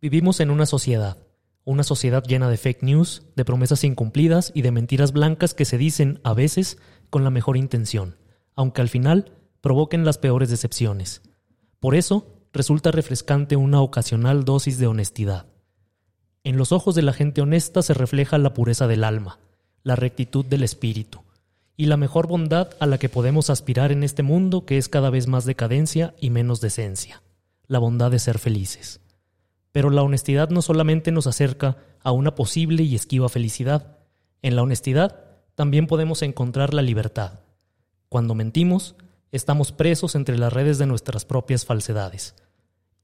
Vivimos en una sociedad, una sociedad llena de fake news, de promesas incumplidas y de mentiras blancas que se dicen, a veces, con la mejor intención, aunque al final provoquen las peores decepciones. Por eso, resulta refrescante una ocasional dosis de honestidad. En los ojos de la gente honesta se refleja la pureza del alma, la rectitud del espíritu y la mejor bondad a la que podemos aspirar en este mundo que es cada vez más decadencia y menos decencia, la bondad de ser felices. Pero la honestidad no solamente nos acerca a una posible y esquiva felicidad, en la honestidad también podemos encontrar la libertad. Cuando mentimos, estamos presos entre las redes de nuestras propias falsedades.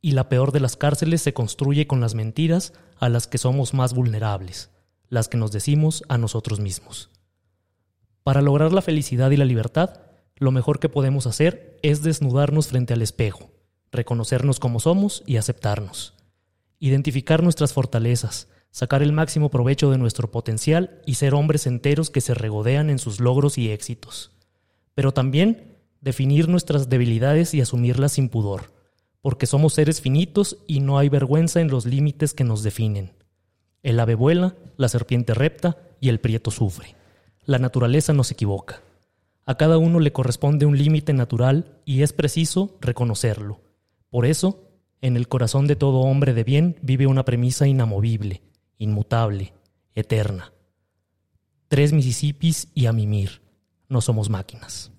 Y la peor de las cárceles se construye con las mentiras a las que somos más vulnerables, las que nos decimos a nosotros mismos. Para lograr la felicidad y la libertad, lo mejor que podemos hacer es desnudarnos frente al espejo, reconocernos como somos y aceptarnos. Identificar nuestras fortalezas, sacar el máximo provecho de nuestro potencial y ser hombres enteros que se regodean en sus logros y éxitos. Pero también definir nuestras debilidades y asumirlas sin pudor, porque somos seres finitos y no hay vergüenza en los límites que nos definen. El ave vuela, la serpiente repta y el prieto sufre. La naturaleza nos equivoca. A cada uno le corresponde un límite natural y es preciso reconocerlo. Por eso, en el corazón de todo hombre de bien vive una premisa inamovible, inmutable, eterna. Tres Mississippis y a mimir. No somos máquinas.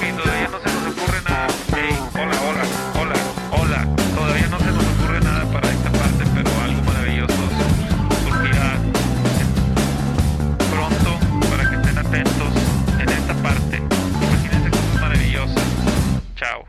que todavía no se nos ocurre nada. Ey, hola, hola, hola, hola. Todavía no se nos ocurre nada para esta parte, pero algo maravilloso surgirá pronto para que estén atentos en esta parte. Imagínense cosas maravillosas. Chao.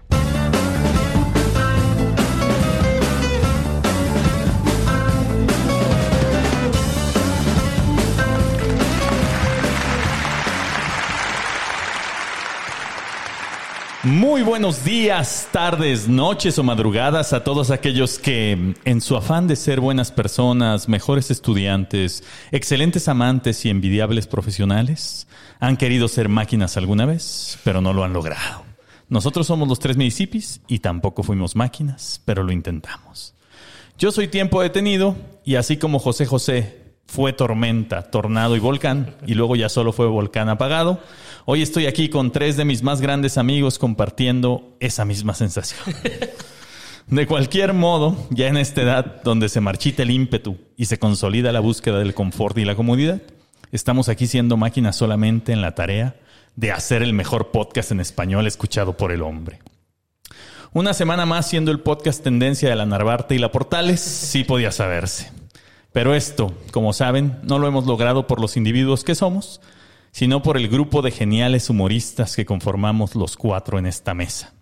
Muy buenos días, tardes, noches o madrugadas a todos aquellos que, en su afán de ser buenas personas, mejores estudiantes, excelentes amantes y envidiables profesionales, han querido ser máquinas alguna vez, pero no lo han logrado. Nosotros somos los tres municipios y tampoco fuimos máquinas, pero lo intentamos. Yo soy tiempo detenido y así como José José fue tormenta, tornado y volcán, y luego ya solo fue volcán apagado, hoy estoy aquí con tres de mis más grandes amigos compartiendo esa misma sensación. De cualquier modo, ya en esta edad donde se marchita el ímpetu y se consolida la búsqueda del confort y la comodidad, estamos aquí siendo máquinas solamente en la tarea de hacer el mejor podcast en español escuchado por el hombre. Una semana más siendo el podcast tendencia de la Narvarte y la Portales, sí podía saberse. Pero esto, como saben, no lo hemos logrado por los individuos que somos, sino por el grupo de geniales humoristas que conformamos los cuatro en esta mesa.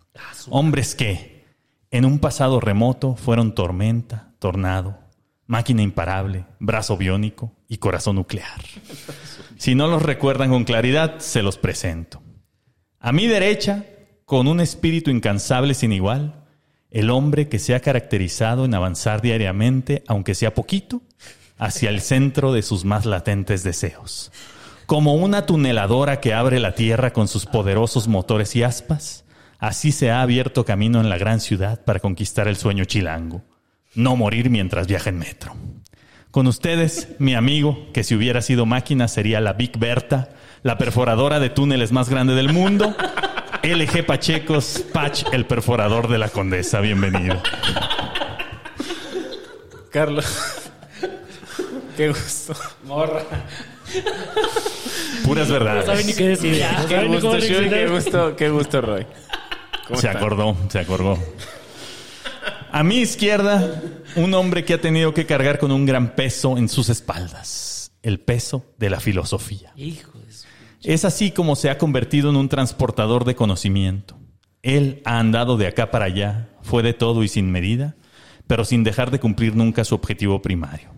Oh, Hombres que, en un pasado remoto, fueron tormenta, tornado, máquina imparable, brazo biónico y corazón nuclear. Si no los recuerdan con claridad, se los presento. A mi derecha, con un espíritu incansable sin igual, el hombre que se ha caracterizado en avanzar diariamente, aunque sea poquito, hacia el centro de sus más latentes deseos. Como una tuneladora que abre la tierra con sus poderosos motores y aspas, así se ha abierto camino en la gran ciudad para conquistar el sueño chilango. No morir mientras viaja en metro. Con ustedes, mi amigo, que si hubiera sido máquina sería la Big Berta, la perforadora de túneles más grande del mundo. LG Pachecos, Pach, el perforador de la condesa. Bienvenido. Carlos. Qué gusto. Morra. Puras verdades. No sabe ni qué decir. no Qué sabe ni cómo gusto, Shui, Qué reaccionar. gusto, qué gusto, Roy. ¿Cómo Se están? acordó, se acordó. A mi izquierda, un hombre que ha tenido que cargar con un gran peso en sus espaldas, el peso de la filosofía. Hijo de su- Es así como se ha convertido en un transportador de conocimiento. Él ha andado de acá para allá, fue de todo y sin medida, pero sin dejar de cumplir nunca su objetivo primario,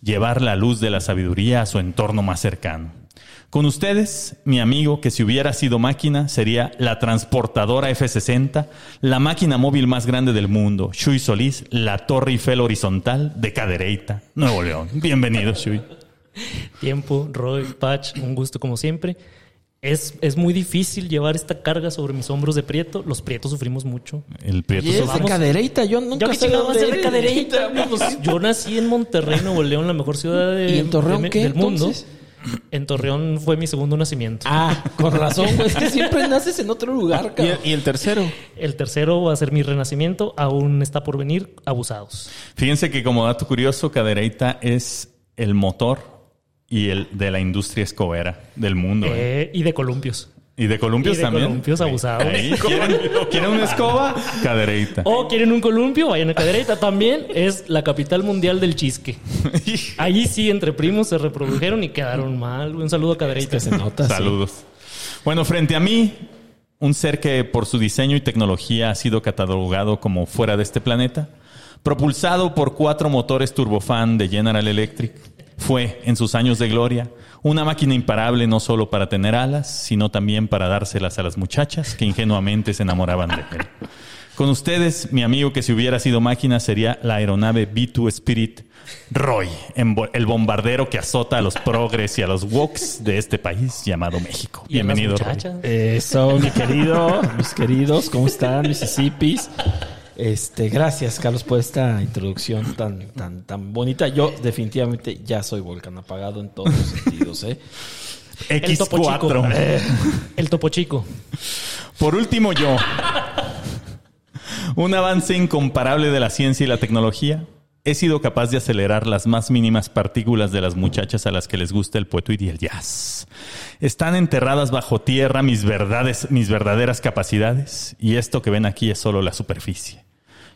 llevar la luz de la sabiduría a su entorno más cercano. Con ustedes, mi amigo, que si hubiera sido máquina, sería la transportadora F-60, la máquina móvil más grande del mundo, Shui Solís, la Torre Eiffel horizontal de Cadereyta, Nuevo León. Bienvenido, Shui. Tiempo, Roy, Patch, un gusto como siempre. Es, es muy difícil llevar esta carga sobre mis hombros de prieto. Los prietos sufrimos mucho. El prieto Y es de pues, vamos. cadereita, yo nunca Yo que sé chingado va a dónde ser de eres. cadereita. pues, yo nací en Monterrey, Nuevo León, la mejor ciudad de- ¿Y en Torreón de- qué, del mundo. entonces? En Torreón fue mi segundo nacimiento. Ah, con razón, güey. Es que siempre naces en otro lugar, ¿Y cabrón. el, y el tercero? El tercero va a ser mi renacimiento. Aún está por venir. Abusados. Fíjense que como dato curioso, Cadereita es el motor y el de la industria escobera del mundo. ¿eh? Eh, y de columpios. Y de columpios y de también. columpios abusados. Oh, Ahí, ¿quieren, quieren una escoba? Cadereita. O quieren un columpio, vayan a Cadereyta. También es la capital mundial del chisque. Allí sí, entre primos se reprodujeron y quedaron mal. Un saludo a Cadereyta. Que se nota. sí. Saludos. Bueno, frente a mí, un ser que por su diseño y tecnología ha sido catalogado como fuera de este planeta, propulsado por cuatro motores turbofan de General Electric, fue, en sus años de gloria, una máquina imparable no solo para tener alas, sino también para dárselas a las muchachas que ingenuamente se enamoraban de él. Con ustedes, mi amigo que si hubiera sido máquina sería la aeronave B2 Spirit Roy, en bo- el bombardero que azota a los progres y a los woks de este país llamado México. Y a las Bienvenido, Roy. muchachas. Eso, mi querido, mis queridos, ¿cómo están, Mississippis? Este, gracias, Carlos, por esta introducción tan, tan, tan bonita. Yo definitivamente ya soy volcán apagado en todos los sentidos, ¿eh? El topo chico. X4. El topo chico. Por último, yo. Un avance incomparable de la ciencia y la tecnología. He sido capaz de acelerar las más mínimas partículas de las muchachas a las que les gusta el poetry y el jazz. Están enterradas bajo tierra mis verdades, mis verdaderas capacidades, y esto que ven aquí es solo la superficie.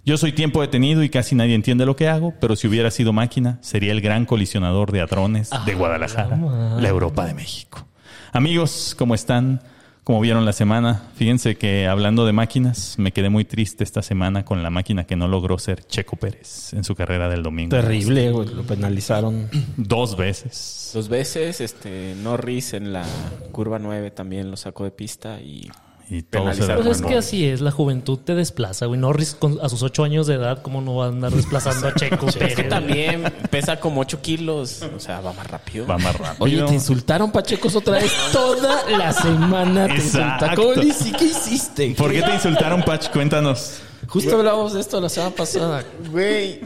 Yo soy tiempo detenido y casi nadie entiende lo que hago, pero si hubiera sido máquina, sería el gran colisionador de hadrones de Guadalajara, la Europa de México. Amigos, ¿cómo están? ¿Cómo vieron la semana? Fíjense que hablando de máquinas, me quedé muy triste esta semana con la máquina que no logró ser Checo Pérez en su carrera del domingo. Terrible, Este, güey. Lo penalizaron. Dos veces. Dos veces, este, Norris en la curva 9 también lo sacó de pista y... Y todo se Pues Penalizado. es derrumbó. que así es, la juventud te desplaza, güey. Norris con- a sus ocho años de edad, ¿cómo no va a andar desplazando a Checo Es que Pérez? también pesa como 8 kilos, o sea, va más rápido. Va más rápido. Oye, te insultaron, Pachecos, otra vez toda la semana. Te insultaron. Exacto. ¿Cómo le hici- ¿Qué hiciste? ¿Por qué te insultaron, Pach? Cuéntanos. Justo hablábamos de esto la semana pasada. Güey.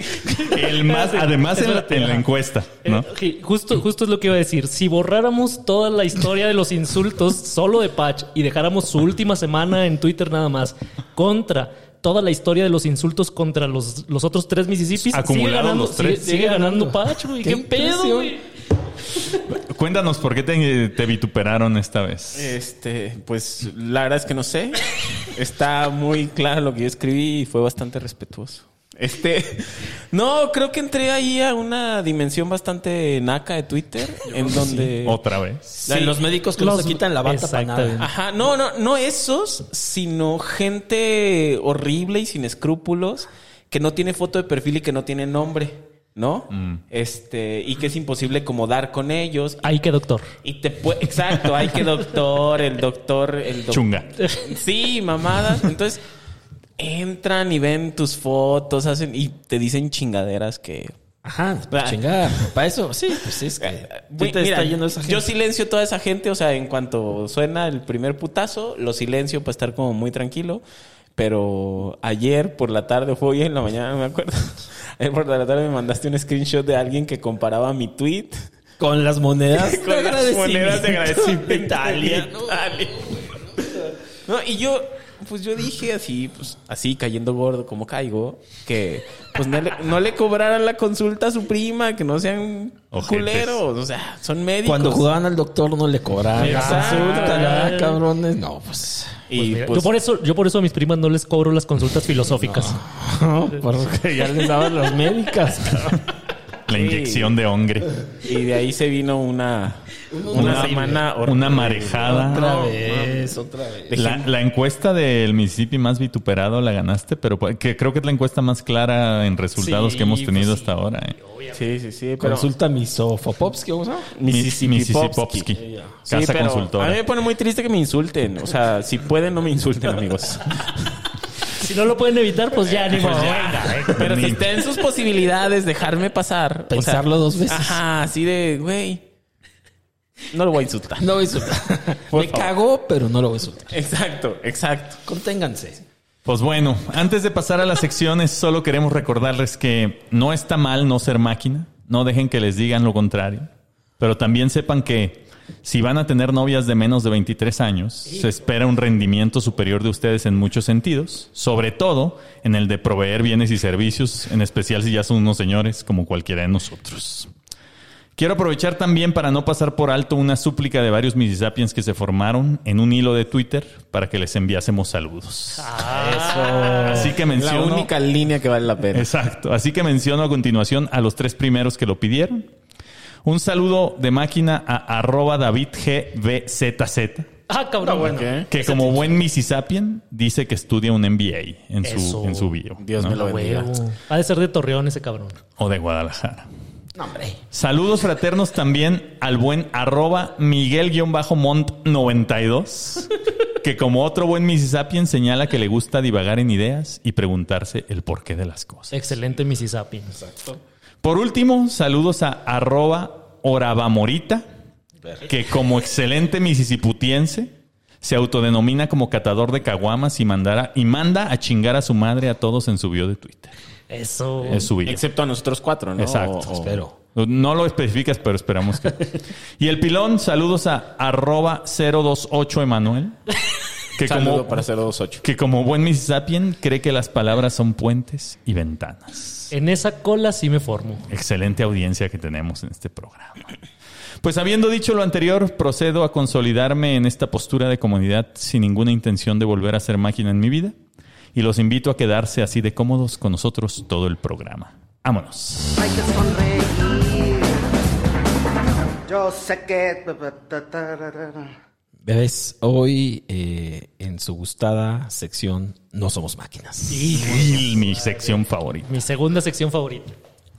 El más, además en la, en la encuesta, Eh, ¿no? sí, Justo, justo es lo que iba a decir. Si borráramos toda la historia de los insultos solo de Patch y dejáramos su última semana en Twitter nada más contra toda la historia de los insultos contra los, los otros tres Mississippis, sigue Acumulados ganando, los tres. sigue, sigue ganando Patch, güey. Qué ¿Qué, pedo, impresión. güey? Eh. Cuéntanos por qué te, te vituperaron esta vez. Este, pues la verdad es que no sé. Está muy claro lo que yo escribí y fue bastante respetuoso. Este, no, creo que entré ahí a una dimensión bastante naca de Twitter, en donde... Otra vez. La de Los médicos que no Los- se quitan la bata para Exactamente. nada. Ajá, no, no, no esos, sino gente horrible y sin escrúpulos que no tiene foto de perfil y que no tiene nombre, ¿no? Este, y que es imposible como dar con ellos. Ahí que doctor. Y te pue- exacto, hay que doctor, el doctor, el doctor. Chunga. Sí, mamadas. Entonces, entran y ven tus fotos, hacen, y te dicen chingaderas que. Ajá, Ah. chingada. Para eso, sí, pues es que. Eh, Güey, ahorita mira, está lleno de esa Yo gente. silencio toda esa gente, o sea, en cuanto suena el primer putazo, lo silencio para estar como muy tranquilo. Pero ayer por la tarde, fue hoy en la mañana, no me acuerdo. Ayer por la tarde me mandaste un screenshot de alguien que comparaba mi tweet Con las monedas. con las monedas de agradecimiento de Italia. Italia. No, y yo, pues yo dije así, pues así cayendo gordo como caigo, que pues no le, no le cobraran la consulta a su prima, que no sean Ojetes. culeros, o sea, son médicos. Cuando jugaban al doctor no le cobraban. Exacto. Consulta, ya, cabrones. No, pues. Y Mira, pues, yo, por eso, yo por eso a mis primas no les cobro las consultas filosóficas. No, porque ya les daban las médicas. cabrón. La inyección de hongre. y de ahí se vino una, una, semana horrible. Una marejada. Otra vez, otra vez. La, la encuesta del Mississippi más vituperado la ganaste, pero pa- que creo que es la encuesta más clara en resultados Sí, que hemos tenido pues sí. hasta ahora. ¿eh? Sí, sí, sí, pero Consulta mi Sofopopsky, vamos a. Mississippi Popsky. Mississippi-Popsky. Sí, Casa pero consultora. A mí me pone muy triste que me insulten. O sea, si pueden, no me insulten, amigos. Si no lo pueden evitar, pues ya, ni modo. venga, venga. eh, Pero si Ni- está en sus posibilidades dejarme pasar. o sea, Pensarlo dos veces. Ajá, así de, güey. No lo voy a insultar. No voy a insultar. Me favor. cagó, pero no lo voy a insultar. Exacto, exacto. Conténganse. Pues bueno, antes de pasar a las secciones, solo queremos recordarles que no está mal no ser máquina. No dejen que les digan lo contrario. Pero también sepan que si van a tener novias de menos de 23 años, se espera un rendimiento superior de ustedes en muchos sentidos, sobre todo en el de proveer bienes y servicios, en especial si ya son unos señores como cualquiera de nosotros. Quiero aprovechar también para no pasar por alto una súplica de varios Mississippians que se formaron en un hilo de Twitter para que les enviásemos saludos. Así que menciono. La única línea que vale la pena. Exacto. Así que menciono a continuación a los tres primeros que lo pidieron. Un saludo de máquina a arroba DavidGBZZ, Ah, cabrón. que como buen Mississippian dice que estudia un MBA en su, Eso. en su bio. Dios me lo bendiga. Huevo. Ha de ser de Torreón ese cabrón. O de Guadalajara. Saludos fraternos también al buen arroba Miguel-Mont92, que como otro buen Mississippian señala que le gusta divagar en ideas y preguntarse el porqué de las cosas. Excelente Missy Sapien. Por último, saludos a arroba Orabamorita, que como excelente misisiputiense se autodenomina como catador de caguamas y, mandara, y manda a chingar a su madre a todos en su bio de Twitter. Eso. Es su bio. Excepto a nosotros cuatro, ¿no? Exacto. O- o- Espero. No lo especificas, pero esperamos que. Y el pilón, saludos a arroba 028 Emanuel, que Saludo como, para 028. que como buen misisapien cree que las palabras son puentes y ventanas. En esa cola sí me formo. excelente audiencia que tenemos en este programa. Pues habiendo dicho lo anterior, procedo a consolidarme en esta postura de comunidad sin ninguna intención de volver a ser máquina en mi vida y los invito a quedarse así de cómodos con nosotros todo el programa. Vámonos. hay que sonreír. Yo sé que... ta, ta, ra, ra, ra. Bebés, hoy eh, en su gustada sección No Somos Máquinas. Y mi sección favorita. Mi segunda sección favorita.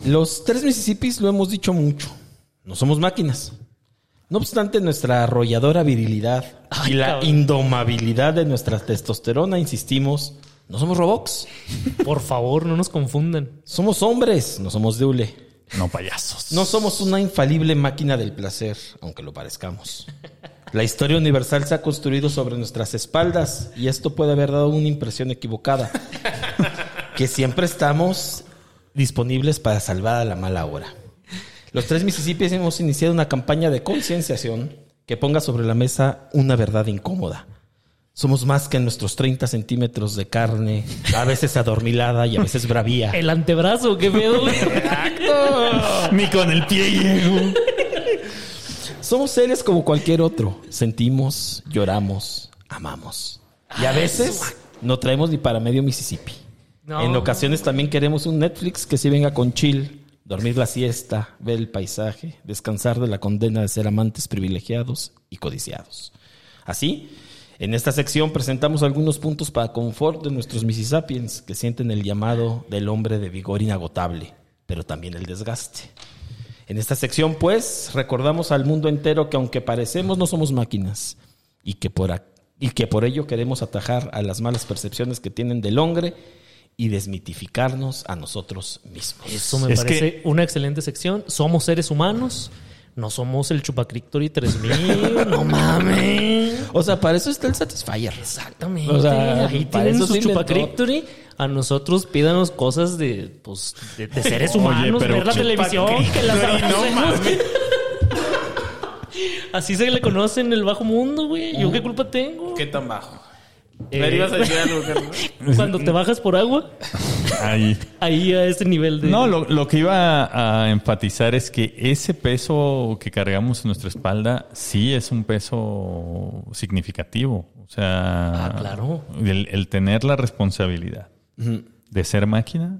Los tres Mississippis lo hemos dicho mucho. No somos máquinas. No obstante, nuestra arrolladora virilidad y la cabrón. indomabilidad de nuestra testosterona, insistimos, no somos robots. Por favor, no nos confundan. Somos hombres, no somos deule. No payasos. No somos una infalible máquina del placer, aunque lo parezcamos. La historia universal se ha construido sobre nuestras espaldas y esto puede haber dado una impresión equivocada. Que siempre estamos disponibles para salvar a la mala hora. Los tres Mississippis hemos iniciado una campaña de concienciación que ponga sobre la mesa una verdad incómoda. Somos más que nuestros 30 centímetros de carne, a veces adormilada y a veces bravía. El antebrazo, qué pedo. güey? Ni con el pie llego. Somos seres como cualquier otro. Sentimos, lloramos, amamos. Y a veces no traemos ni para medio Mississippi. No. En ocasiones también queremos un Netflix que sí venga con chill, dormir la siesta, ver el paisaje, descansar de la condena de ser amantes privilegiados y codiciados. Así, en esta sección presentamos algunos puntos para confort de nuestros Mississippians que sienten el llamado del hombre de vigor inagotable, pero también el desgaste. En esta sección, pues, recordamos al mundo entero que aunque parecemos no somos máquinas y que por, ac- y que por ello queremos atajar a las malas percepciones que tienen del hombre y desmitificarnos a nosotros mismos. Eso me Es parece una excelente sección. Somos seres humanos. No somos el Chupacríctori 3000. no mames. O sea, para eso está el Satisfyer. Exactamente. O sea, Ahí para tienen eso su se inventó. Chupacríctori. A nosotros pídanos cosas de, pues, de, de seres humanos. pero ver la Chupa televisión. Que las abracemos. Así se le conoce en el bajo mundo, güey. ¿Yo qué culpa tengo? ¿Qué tan bajo? Eh, Pero ibas a decir algo, Carlos. cuando te bajas por agua, Ahí. ahí a ese nivel de... No, lo, lo que iba a, a enfatizar es que ese peso que cargamos en nuestra espalda sí es un peso significativo. O sea, Ah, claro. el, el tener la responsabilidad de ser máquina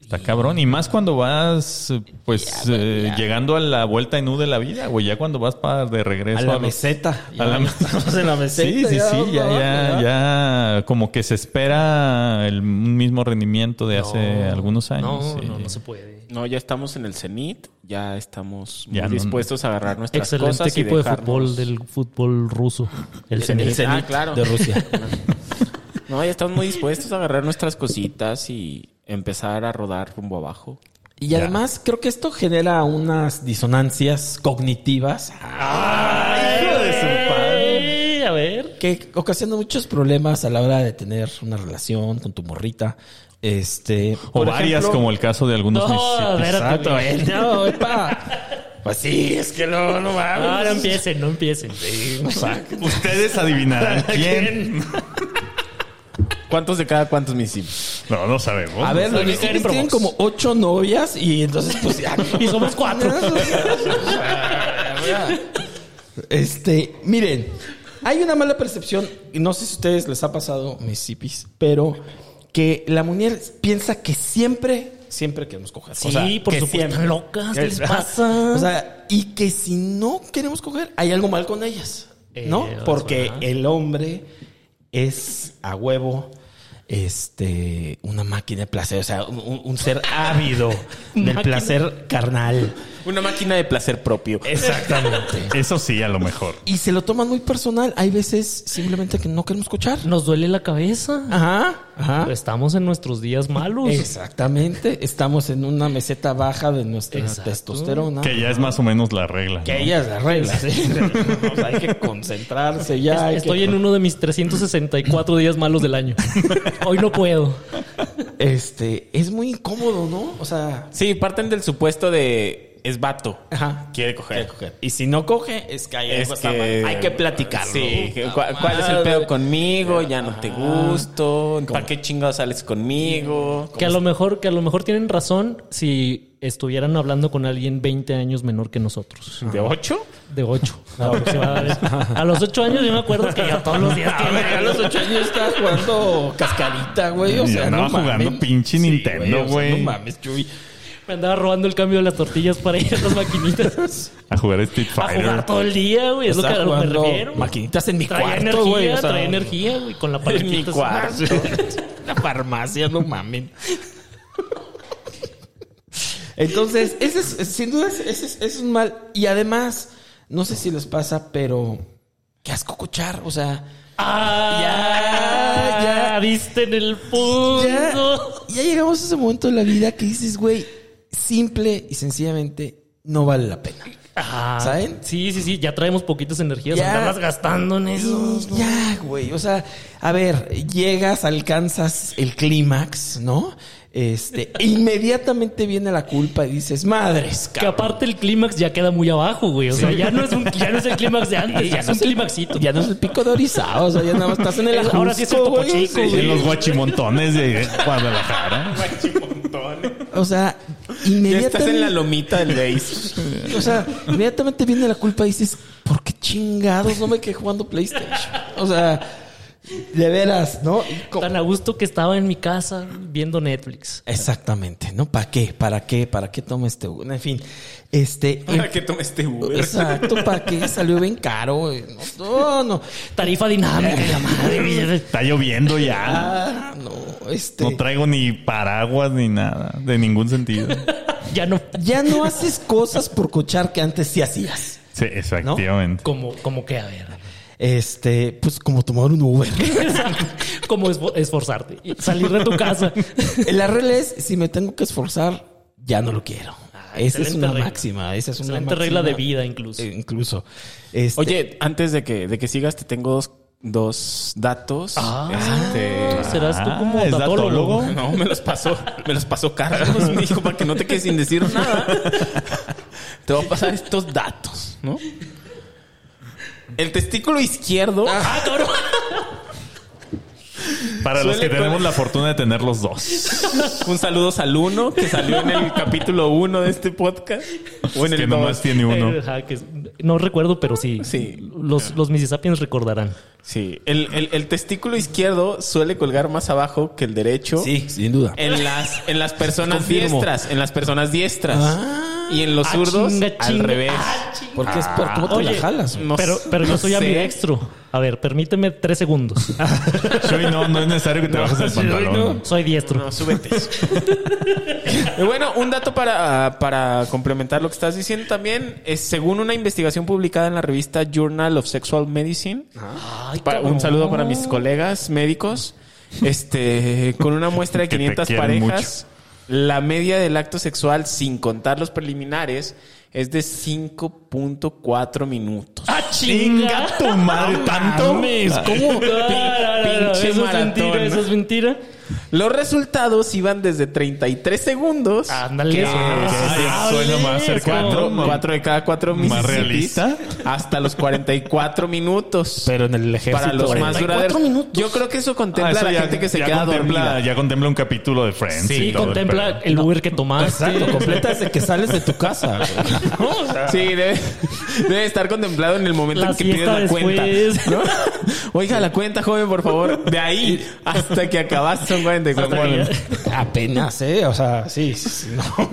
está cabrón. Y más cuando vas, pues, eh, llegando a la vuelta en U de la vida, güey. Ya cuando vas para de regreso A la los- meseta. a la- Estamos en la meseta. Sí, sí, ya, sí, ya, ¿no? ya, ya, como que se espera el mismo rendimiento de hace No, algunos años. No, sí. no, no se puede. No, ya estamos en el cenit, ya estamos muy Ya no- dispuestos a agarrar nuestras Excelente cosas y equipo de dejarnos. fútbol del fútbol ruso. El En Zenit. el Zenit Ah, claro. de Rusia. No, ya estamos muy dispuestos a agarrar nuestras cositas y empezar a rodar rumbo abajo. Y Ya. además creo que esto genera unas disonancias cognitivas Ay, Ah, a ver. que ocasionan muchos problemas a la hora de tener una relación con tu morrita. Este, O por varias, ejemplo- como el caso de algunos No, municipios. espérate. Exacto, eh. güey. No, epa. Pues sí, es que no, no mames. Ah, No, no empiecen, no empiecen. O sea, Ustedes adivinarán quién. ¿Cuántos de cada cuántos municipios? No, no sabemos. A no ver, los sabemos. Miss Piggy tienen como ocho novias y entonces pues ya. Y somos cuatro. Este, miren, hay una mala percepción, y no sé si a ustedes les ha pasado, mis hippies, pero que la mujer piensa que siempre, siempre queremos coger. Sí, O sea, por que supuesto. siempre. Locas, Ah, ¿qué les Ajá. pasa? O sea, y que si no queremos coger, hay algo mal con ellas, ¿no? Eh, Porque ajá. el hombre es a huevo. Este, una máquina de placer, o sea, un, un ser ávido del Máquina. placer carnal. Una máquina de placer propio. Exactamente. Eso sí, a lo mejor. Y se lo toman muy personal. Hay veces simplemente que no queremos escuchar. Nos duele la cabeza. Ajá, ajá. Estamos en nuestros días malos. Exactamente. Estamos en una meseta baja de nuestra Exacto. testosterona. Que ya es más o menos la regla. ¿no? Que ella es la regla. ¿sí? O sea, hay que concentrarse ya. hay que- Estoy en uno de mis 364 días malos del año. Hoy no puedo. Este, es muy incómodo, ¿no? O sea, Sí, parten del supuesto de es vato. ajá. Quiere coger. Quiere coger. Y si no coge, es que hay, algo está mal. hay que platicarlo. Sí, que- ¿cuál, cuál es el pedo conmigo? Ya no te gusto. ¿Para qué chingados sales conmigo? Que a lo mejor, que a lo mejor tienen razón si estuvieran hablando con alguien 20 años menor que nosotros. ¿De ocho? De 8 Ah, aproximadamente. A los 8 años yo me acuerdo que yo todos los días que Güey, A los ocho años estaba jugando cascarita, güey. O Y sea, andaba no mames. jugando pinche Sí, Nintendo, o sea, güey. no mames, Chuy. me andaba robando el cambio de las tortillas para ir a las maquinitas. A jugar a Street A Fighter. jugar todo el día, güey. Es lo que Estaba a lo que me jugando refiero. Maquinitas en mi Traía cuarto, energía, güey. o sea, traía energía, güey, con la palanquita. mi así. cuarto. La farmacia, no mamen. Entonces, ese es- es- sin duda, ese es, ese es un mal. Y además, no sé si les pasa, pero qué asco escuchar. O sea, Ah, ya, Ya, ya. ya. Viste en el punto. ya, ya llegamos a ese momento de la vida que dices, güey, simple y sencillamente no vale la pena. Ah, ¿Saben? Sí, sí, sí. Ya traemos poquitas energías. Ya. Andarlas gastando en eso. Y Ya, güey. O sea, a ver, llegas, alcanzas el clímax, ¿no? Este, inmediatamente viene la culpa y dices, madres, Que cabrón. aparte el clímax ya queda muy abajo, güey. O sea, ya no es un, ya no es el clímax de antes, ya es un clímaxito. Ya no es el pico de Orizaba, o sea, ya nada más estás en el ajusco, Ahora sí es el Topo güey, Chico, sí. güey. En los guachimontones de Guadalajara. O sea, Ya estás en la inmediatamente, lomita del base. o sea, inmediatamente viene la culpa y dices, ¿por qué chingados no me quedé jugando PlayStation? O sea, de veras, ¿no? Y co- Tan a gusto que estaba en mi casa viendo Netflix. Exactamente, ¿no? ¿Para qué? ¿Para qué? ¿Para qué toma este? En fin, este, ¿Para qué tomas este Uber? Exacto, ¿para qué? Salió bien caro. güey. No, no. no. Tarifa dinámica, la madre. güey. Está lloviendo ya. Ah, no, este. No traigo ni paraguas ni nada. De ningún sentido. Ya no. ya no haces cosas por cochar que antes sí hacías. Sí, efectivamente. Como, como que, a ver. Este, pues como tomar un Uber. Como esfo- esforzarte. y Salir de tu casa. La regla es, si me tengo que esforzar, ya no lo quiero. esa es excelente una regla. máxima. Esa es una Excelente máxima, regla de vida, incluso. eh, incluso. Este, Oye, antes de que, de que sigas, te tengo dos, dos datos. Ah, Este, ¿Serás tú como Ah, ¿es datólogo? datólogo? No, me los pasó. Me los pasó Carlos. Me dijo para que no te quedes sin decir nada. Te voy a pasar estos datos, ¿no? El testículo izquierdo. Ah, Para los que Suele con- tenemos la fortuna de tener los dos. Un saludo al uno que salió en el capítulo uno de este podcast. O en que el nomás dos. tiene Eh, uno. ajá, que es- no recuerdo, pero sí. Sí. Los, los Mississippians recordarán. Sí. El, el- el testículo izquierdo suele colgar más abajo que el derecho. sí, sin duda. En las, en las personas Confirmo. diestras. En las personas diestras. Ah. y en los Ah, zurdos, chinga, al chinga. revés. Ah, chinga. Porque es por cómo te oye, la jalas. güey. no pero, s- pero yo no soy sé. ambidextro. A ver, permíteme tres segundos. Chuy, no, no es necesario que te bajes el pantalón. Soy diestro. No, súbete. Y bueno, un dato para, para complementar lo que estás diciendo también es según una investigación publicada en la revista Journal of Sexual Medicine. Ay, para- cabrón. un saludo para mis colegas médicos. Este, con una muestra de Que te 500 quieren parejas, La media del acto sexual, sin contar los preliminares, es de 5.4 minutos. ¡Ah, chinga tu madre! ¿Tanto? Mames, ¿cómo? Ah, eso Pinche es maratón, mentira, ¿no? eso es mentira. Los resultados iban desde 33 segundos. Ándale, que eso es- es- Ah, suena más cercano. Cuatro, Mamá. cuatro de cada cuatro ¿Más Mississippis realista? Hasta los cuatro minutos. Pero en el ejército. para los más 44 duraderos. Yo creo que eso Ah, contempla eso a la ya- gente que se ya queda contempla, dormida. Ya contempla un capítulo de Friends. Sí, y todo el contempla pedo. el Uber que tomaste. Exacto, completa desde que sales de tu casa. güey. Sí, debe, debe estar contemplado en el momento La en que pides siesta la cuenta. después. ¿no? Oiga, la cuenta, joven, por favor. De ahí hasta que acabas son 44. Apenas, ¿eh? O sea, sí. sí, sí, no.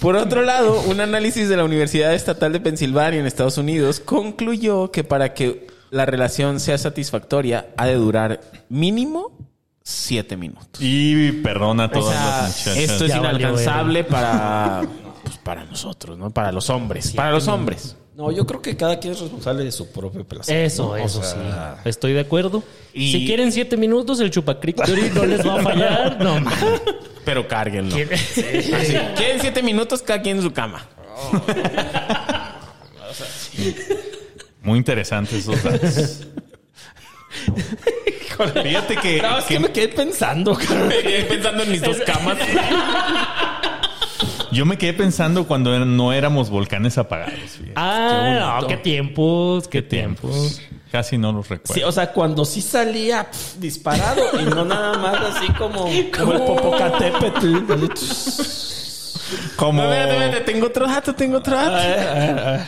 Por otro lado, un análisis de la Universidad Estatal de Pensilvania en Estados Unidos concluyó que para que la relación sea satisfactoria ha de durar mínimo siete minutos. Y perdona a todas O sea, las muchachas. esto es Ya valió inalcanzable para, pues, para nosotros, ¿no? Para los hombres. Para los hombres. No, yo creo que cada quien es responsable de su propio placer. Eso, ¿no? O eso sea, sí. Estoy de acuerdo. Si quieren siete minutos, el chupacrictory no les va a fallar. No, mames. Pero cárguenlo. Así, Quieren siete minutos cada quien en su cama. Muy interesantes esos datos. Fíjate que, No, es que que me quedé pensando, cabrón. Me quedé pensando en mis dos camas. yo me quedé pensando cuando er- no éramos volcanes apagados. fíjate. Ah, no, qué tiempos, qué, Qué tiempos. tiempos. Casi no los recuerdo. Sí, o sea, cuando sí salía pf, disparado y no nada más así como, como el popocatépetl. Como No, espérate, espérate, tengo otro dato, tengo otro dato.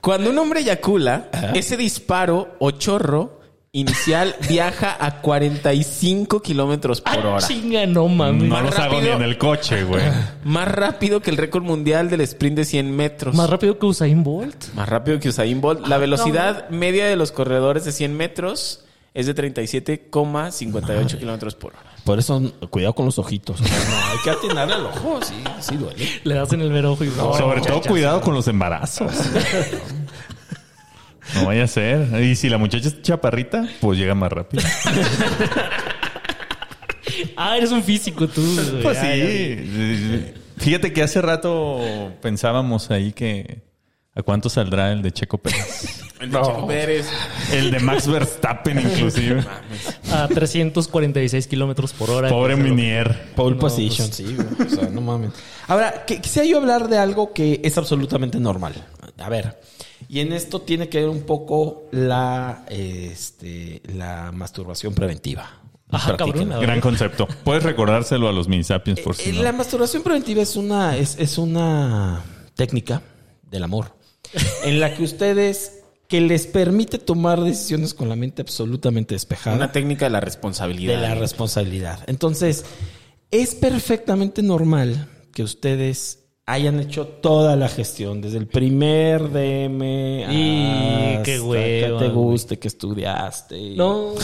Cuando un hombre eyacula, ese disparo o chorro inicial viaja a 45 kilómetros por Ah, hora. chinga, no mames. no más los hago ni rápido. en el coche, güey. Más rápido que el récord mundial del sprint de 100 metros. Más rápido que Usain Bolt. Más rápido que Usain Bolt. La velocidad media de los corredores de 100 metros es de 37,58 kilómetros por hora. Por eso, cuidado con los ojitos. No, hay que atinar el ojo, sí, sí duele. Le das en el mero ojo y Sobre todo cuidado con los embarazos. No vaya a ser. Y si la muchacha es chaparrita, pues llega más rápido. Ah, eres un físico tú. güey. Pues Ah, ya vi. sí. Fíjate que hace rato pensábamos ahí que a cuánto saldrá el de Checo Pérez. Checo Pérez. El de Max Verstappen, inclusive. Ah, A 346 kilómetros por hora. Pobre Minier. Pole position, pues, sí, güey. O sea, no mames. Ahora, que- quisiera yo hablar de algo que es absolutamente normal. A ver, y en esto tiene que ver un poco la, este, la masturbación preventiva. Ah, cabrón. Practíquenla. a ver. Gran concepto. Puedes recordárselo a los minisapiens por si Eh, no. La masturbación preventiva es una, es, es una técnica del amor en la que ustedes que les permite tomar decisiones con la mente absolutamente despejada Una técnica de la responsabilidad. de la responsabilidad. Entonces, es perfectamente normal que ustedes hayan hecho toda la gestión desde el primer DM Y hasta qué hueva, que güey. te guste, que estudiaste. No.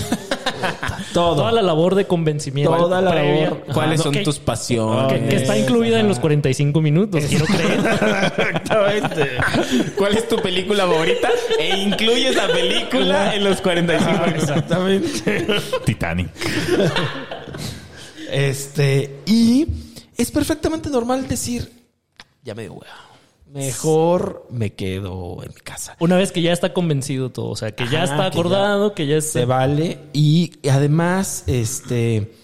todo. Toda la labor de convencimiento. Toda la previa. labor. Ajá, ¿Cuáles no, son que- tus pasiones? Que, que está incluida en los 45 minutos, quiero creer. ¿Cuál es tu película favorita? E incluyes la película en los 45 minutos. Exactamente. Titanic. Este, y es perfectamente normal decir, ya me dio hueva. Mejor me quedo en mi casa. Una vez que ya está convencido todo, o sea, que ya Ajá, está que ya acordado, que ya, se está... vale y además este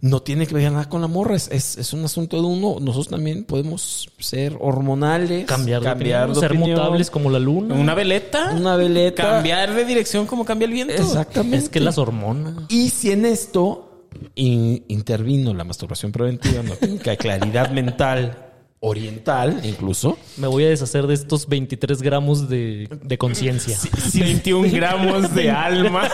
no tiene que ver nada con la morra es, es- es un asunto de uno nosotros también podemos ser hormonales cambiar, de opinión, ser opinión. mutables como la luna. ¿Una veleta? Una veleta. ¿Cambiar de dirección como cambia el viento? exactamente Es que las hormonas. y si en esto in- intervino la masturbación preventiva una técnica de claridad mental oriental incluso Me voy a deshacer de estos 23 gramos de, de conciencia. 21 gramos de alma.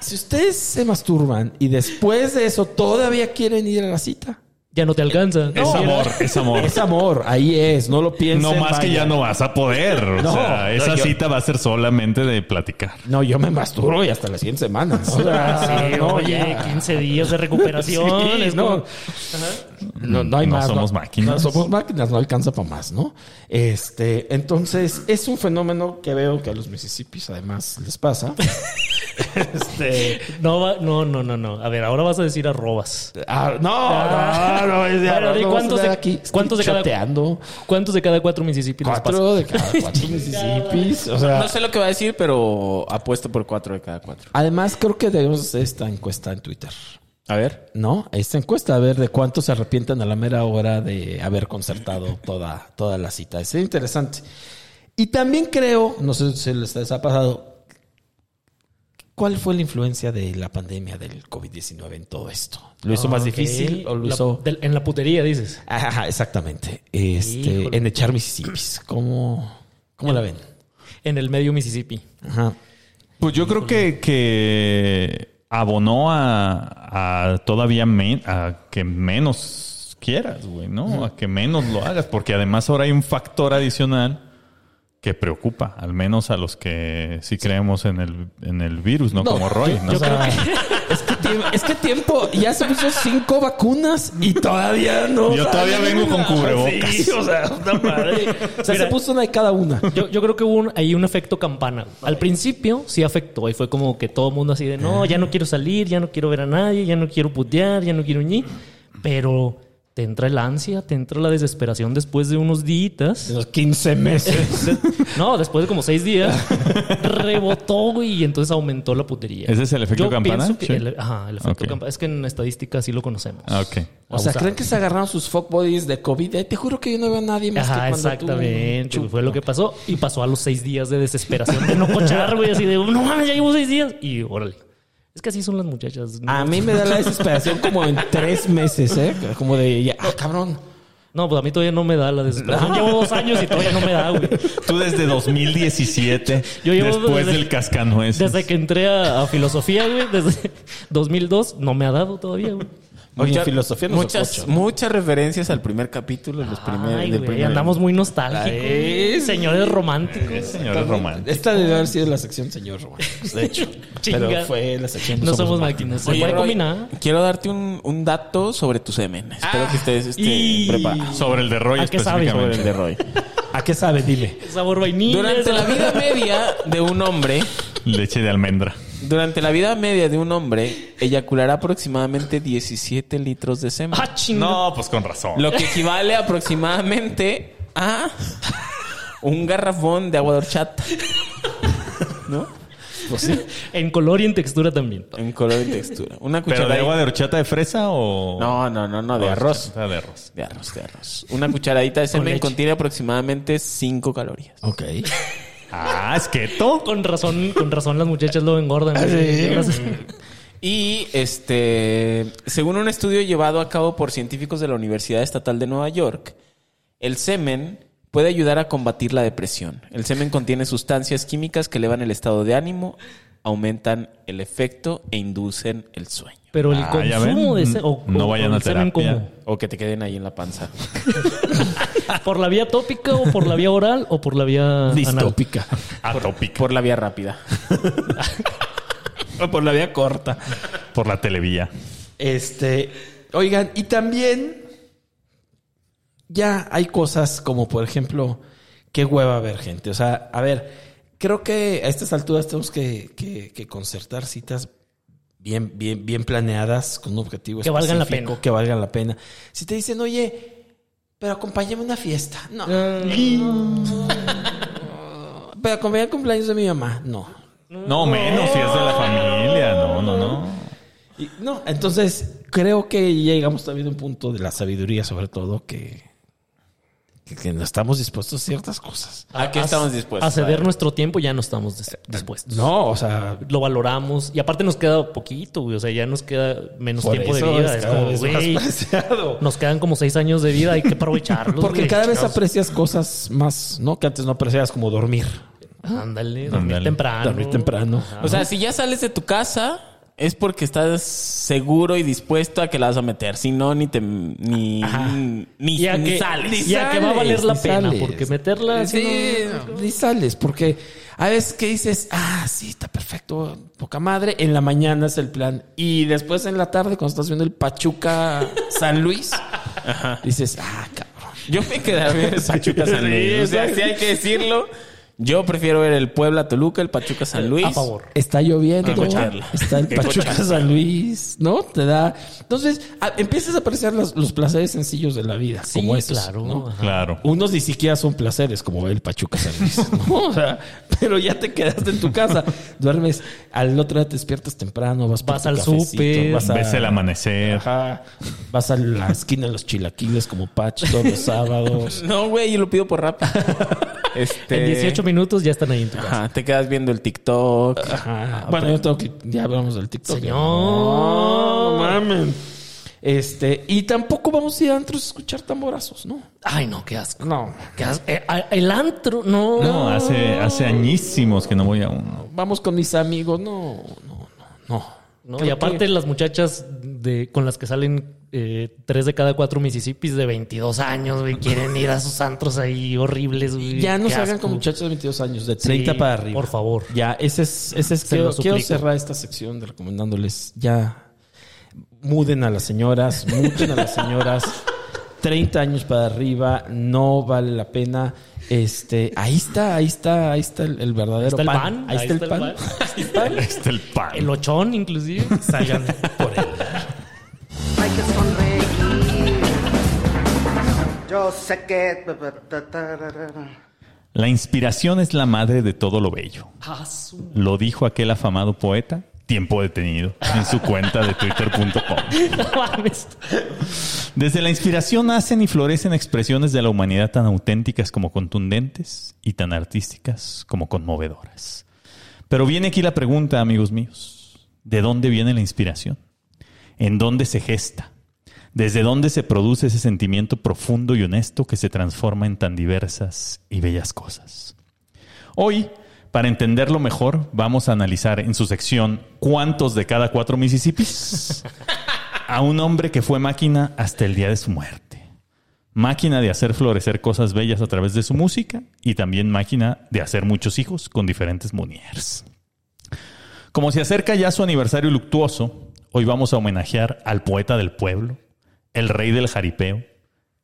si ustedes se masturban y después de eso todavía quieren ir a la cita Ya no te alcanza. Es amor, es amor. es amor ahí es no lo piensen No más que vayan. ya no vas a poder. O No, sea, esa no, yo- cita va a ser solamente de platicar. No, yo me masturbo y hasta la siguiente semana. O sea, Sí, no, oye, ya. 15 días de recuperación. Sí, es no. como- No, no hay No más. somos máquinas. No somos máquinas, no alcanza para más, ¿no? Este, entonces, es un fenómeno que veo que a los Mississippis además les pasa. Este, No, va- no, no, no, no. A ver, ahora vas a decir arrobas. ah, no, no, no, es de Bueno, ¿y no, cuántos vamos a de- andar aquí cuántos de cada- choteando? ¿Cuántos de cada cuatro Mississippi les pasa? Cuatro de cada cuatro Mississippis. O sea, No sé lo que va a decir, pero apuesto por cuatro de cada cuatro. además creo que debemos hacer esta encuesta en Twitter. A ver. ¿No? Esta encuesta, a ver de cuántos se arrepientan a la mera hora de haber concertado toda, toda la cita. Es interesante. Y también creo, no sé si les les ha pasado, ¿cuál fue la influencia de la pandemia del COVID-19 en todo esto? ¿Lo hizo más Ah, Ok. difícil o lo La- hizo...? del- en la putería, dices. Ajá, exactamente. Este, Híjole. en echar Mississippis. ¿Cómo, ¿Cómo la ven? En el medio Mississippi. Ajá. Pues yo creo que, que abonó a, a todavía men- a que menos quieras, güey, ¿no? A que menos lo hagas, porque además ahora hay un factor adicional que preocupa, al menos a los que sí creemos en el, en el virus, ¿no? Como Roy, ¿no? O sea, es, que tiemp- es que tiempo, ya se puso cinco vacunas y todavía no. Yo todavía sale vengo con una. cubrebocas. Sí, o sea, puta madre. O sea, se Mira. puso una de cada una. Yo, yo creo que hubo un- ahí un efecto campana. Al principio sí afectó y fue como que todo el mundo así de no, ya no quiero salir, ya no quiero ver a nadie, ya no quiero putear, ya no quiero ñi. Pero te entra el ansia, te entra la desesperación después de unos días. los 15 meses. No, después de como seis días, rebotó güey, y entonces aumentó la putería. ¿Ese es el efecto Yo campana? pienso que Sí. el- ajá, el efecto Ok. campana. Es que en estadística sí lo conocemos. Ah, ok. O sea, Abusado. ¿creen que se agarraron sus fuckbodies de COVID? Eh, te juro que yo no veo a nadie más Ajá, que cuando tú- exactamente. Fue lo que pasó. Y pasó a los seis días de desesperación de no cochar, güey. Así de, no mames, ya llevo seis días. Y órale. Es que así son las muchachas. No, A mí me da la desesperación como en tres meses, ¿eh? Como de, ya, ah, cabrón. No, pues a mí todavía no me da la desesperación. Llevo dos años y todavía no me da, güey. Tú desde 2017, Yo llevo después desde- del cascanueces. Desde que entré a, a filosofía, güey, desde 2002, no me ha dado todavía, güey. Oye, Mucha- filosofía nos muchas, escucha. muchas referencias al primer capítulo. Los primer- Ay, del güey, primer- andamos muy nostálgicos. Ay. güey. Señores románticos. Señores románticos. Esta debe haber sido la sección señor Romanos, de hecho. Chinga. Pero fue la sección No somos máquinas. Se Oye, puede Roy, combinar. quiero darte un, un dato sobre tu semen. Espero que estés este, Ah, y- preparado. Sobre el de Roy ¿A qué sabes, específicamente. El de Roy. ¿A qué sabe? Dile. ¿eh? Sabor vainilla. Durante la sabor- vida media de un hombre, Leche de almendra. durante la vida media de un hombre, eyaculará aproximadamente 17 litros de semen. Ah, chinga. No, pues con razón. Lo que equivale aproximadamente a un garrafón de agua de horchata. ¿No? En color y en textura también. En color y textura. Una ¿Pero de agua cucharadita. de horchata de fresa o...? No, no, no, no, de arroz. Horchata de arroz. De arroz, de arroz. Una cucharadita de semen leche. contiene aproximadamente 5 calorías. Ok. Ah, es keto. Con razón, con razón las muchachas lo engordan. Ah, güey. Y este, según un estudio llevado a cabo por científicos de la Universidad Estatal de Nueva York, el semen puede ayudar a combatir la depresión. El semen contiene sustancias químicas que elevan el estado de ánimo, aumentan el efecto e inducen el sueño. Pero el Ah, ya consumo ven. de ese... o- No o- vayan o el a semen terapia. como- O que te queden ahí en la panza. ¿Por la vía tópica o por la vía oral o por la vía anal? Distópica. Atópico. Por la vía rápida. Ah, Por la vía corta. Por la televía. Este. Oigan, y también. Ya hay cosas como, por ejemplo, qué hueva ver gente. O sea, a ver, creo que a estas alturas tenemos que, que- que concertar citas bien, bien, bien planeadas, con un objetivo Que valgan la específico, pena. Que valgan la pena. Si te dicen, oye, pero acompáñame a una fiesta. No. Pero acompáñame al cumpleaños de mi mamá. No. No, menos si es de la familia. No, no, no. Y- no, entonces creo que ya llegamos también a un punto de la sabiduría, sobre todo, que, que, que no estamos dispuestos a ciertas cosas. ¿A qué Ah, estamos dispuestos? A ceder nuestro tiempo ya no estamos dis- dispuestos. No, o sea, Lo valoramos. Y aparte nos queda poquito, güey. O sea, ya nos queda menos por tiempo eso de vida. es Es cada como, vez más güey, preciado. nos quedan como seis años de vida. Hay que aprovecharlos. Porque güey, cada vez chingados. aprecias cosas más, ¿no? Que antes no apreciabas como dormir. Ándale, dormir Ándale. temprano. Dormir temprano. O sea, si ya sales de tu casa, es porque estás seguro y dispuesto a que la vas a meter. Si no, ni te ni, ni, Y a, ni que, sales. y a que va a valer la Ni pena, sales. porque meterla... si Sí, ni sales, porque a veces que dices, ah, sí, está perfecto, poca madre. En la mañana es el plan. Y después en la tarde, cuando estás viendo el Pachuca San Luis, dices, ah, cabrón. Yo me quedaría en Pachuca San Luis. O sea, sí hay que decirlo. Yo prefiero ver el Puebla Toluca, el Pachuca San Luis. A favor. Está lloviendo. Qué cocharla. Está el Qué Pachuca cocharla. San Luis, ¿no? Te da. Entonces, a- empiezas a apreciar los, los placeres sencillos de la vida. Sí, como estos, claro. ¿no? ajá. Claro. Unos ni siquiera son placeres, como el Pachuca San Luis. ¿no? O sea, pero ya te quedaste en tu casa. Duermes, al otro día te despiertas temprano, vas, por Vas tu al cafecito, súper. vas a- Ves el amanecer. Ajá. Vas a la esquina de los chilaquiles como Pach todos los sábados. No, güey, yo lo pido por rápido. este... En 18 minutos ya están ahí en tu casa. Ajá, te quedas viendo el TikTok. Ajá. Bueno, yo tengo que. Ya hablamos del TikTok. Ah, Señor. No, mamen. Este, y tampoco vamos a ir a antros a escuchar tamborazos, ¿no? Ay, no, qué asco. No. Qué asco. Eh, a- el antro, no. No, hace, hace añísimos que no voy a uno. Vamos con mis amigos. No, no, no, no. No, y aparte las muchachas de, con las que salen eh, tres de cada cuatro Mississippis de 22 años, güey, quieren ir a sus antros ahí horribles, güey. Ya no Qué salgan asco. con muchachos de 22 años, de Sí, 30 para arriba. Por favor. Ya, ese es. Ese es Se quiero, lo suplico. quiero cerrar esta sección de recomendándoles. Ya. Muden a las señoras, muden a las señoras. 30 años para arriba, no vale la pena. Este, ahí está, ahí está, ahí está el, el verdadero Ahí está el pan. pan, Ahí, está, el pan. Ahí está el pan. Este el pan. El ochón, inclusive. Salgan por él. Hay que sonreír. Yo sé que. La inspiración es la madre de todo lo bello. Ah, su- Lo dijo aquel afamado poeta, tiempo detenido, en su cuenta de twitter.com. No mames. Desde la inspiración nacen y florecen expresiones de la humanidad tan auténticas como contundentes y tan artísticas como conmovedoras. Pero viene aquí la pregunta, amigos míos. ¿De dónde viene la inspiración? ¿En dónde se gesta? ¿Desde dónde se produce ese sentimiento profundo y honesto que se transforma en tan diversas y bellas cosas? Hoy, para entenderlo mejor, vamos a analizar en su sección cuántos de cada cuatro Mississippis a un hombre que fue máquina hasta el día de su muerte. Máquina de hacer florecer cosas bellas a través de su música y también máquina de hacer muchos hijos con diferentes Muniers. Como se acerca ya su aniversario luctuoso, hoy vamos a homenajear al poeta del pueblo, el rey del jaripeo,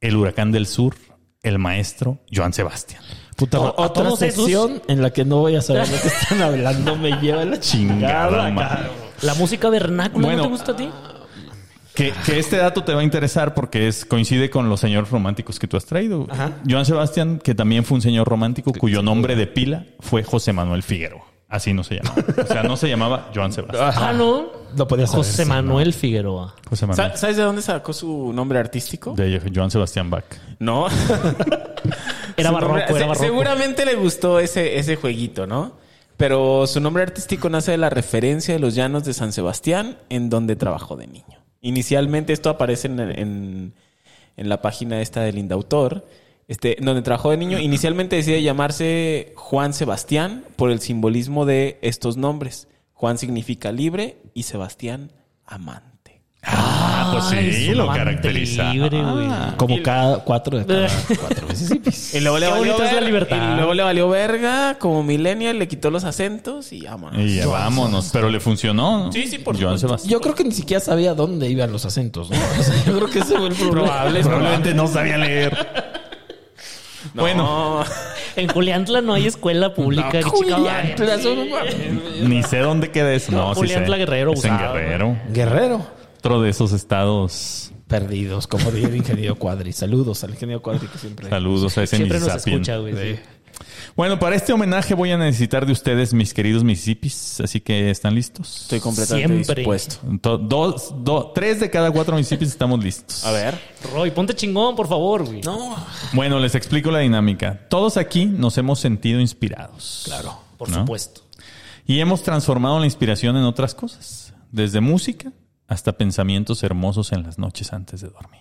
el huracán del sur, el maestro Joan Sebastián. Puta, O- a otra todos esos- sección en la que no voy a saber de qué están hablando me lleva la Chingada chingada. madre. La música vernácula Bueno. no te gusta a ti. Que, que este dato te va a interesar porque es, coincide con los señores románticos que tú has traído. Joan Sebastián, que también fue un señor romántico cuyo nombre de pila fue José Manuel Figueroa. Así no se llamaba. O sea, no se llamaba Joan Sebastián. Ah, no. No podía saber, José sí, Manuel Figueroa. José Manuel. Sa- ¿Sabes de dónde sacó su nombre artístico? De Joan Sebastián Bach. No. Era Su barroco, nombre- era se- barroco. Seguramente le gustó ese, ese jueguito, ¿no? Pero su nombre artístico nace de la referencia de los llanos de San Sebastián, en donde trabajó de niño. Inicialmente esto aparece en, en- en la página esta del Indautor, este, en donde trabajó de niño. Inicialmente decide llamarse Juan Sebastián por el simbolismo de estos nombres. Juan significa libre y Sebastián amante. Ah, pues Ay, sí, su lo amante caracteriza. Ah, libre, güey. Ah. Como cada cuatro de cada cuatro Mississippis. Y luego, le Qué valió bonita es la ver- libertad. y luego le valió verga, como millennial, le quitó los acentos y vámonos. Y ya vámonos. Pero le funcionó. ¿no? Sí, sí, por Joan supuesto. Sebastián. Yo creo que ni siquiera sabía dónde iban los acentos. ¿no? O sea, yo creo que ese fue el problema. Probablemente no sabía leer. No. Bueno. En Juliantla no hay escuela pública. qué chingado. Juliantla, eso no mames. Ni sé dónde queda eso. No, sí sé. Juliantla, Guerrero, Es en Usada. Guerrero. Guerrero. Otro de esos estados Perdidos, como diría el ingeniero Cuadri. Saludos al ingeniero Cuadri que siempre. Saludos a ese Siempre nos Mississippian. escucha, güey. sí. Bueno, para este homenaje voy a necesitar de ustedes, mis queridos Mississippis. Así que, ¿están listos? Estoy completamente Siempre. dispuesto. To- Dos, do- tres de cada cuatro Mississippis estamos listos. A ver. Roy, ponte chingón, por favor, güey. No, Bueno, les explico la dinámica. Todos aquí nos hemos sentido inspirados. Claro. Por supuesto. Y hemos transformado la inspiración en otras cosas. Desde música hasta pensamientos hermosos en las noches antes de dormir.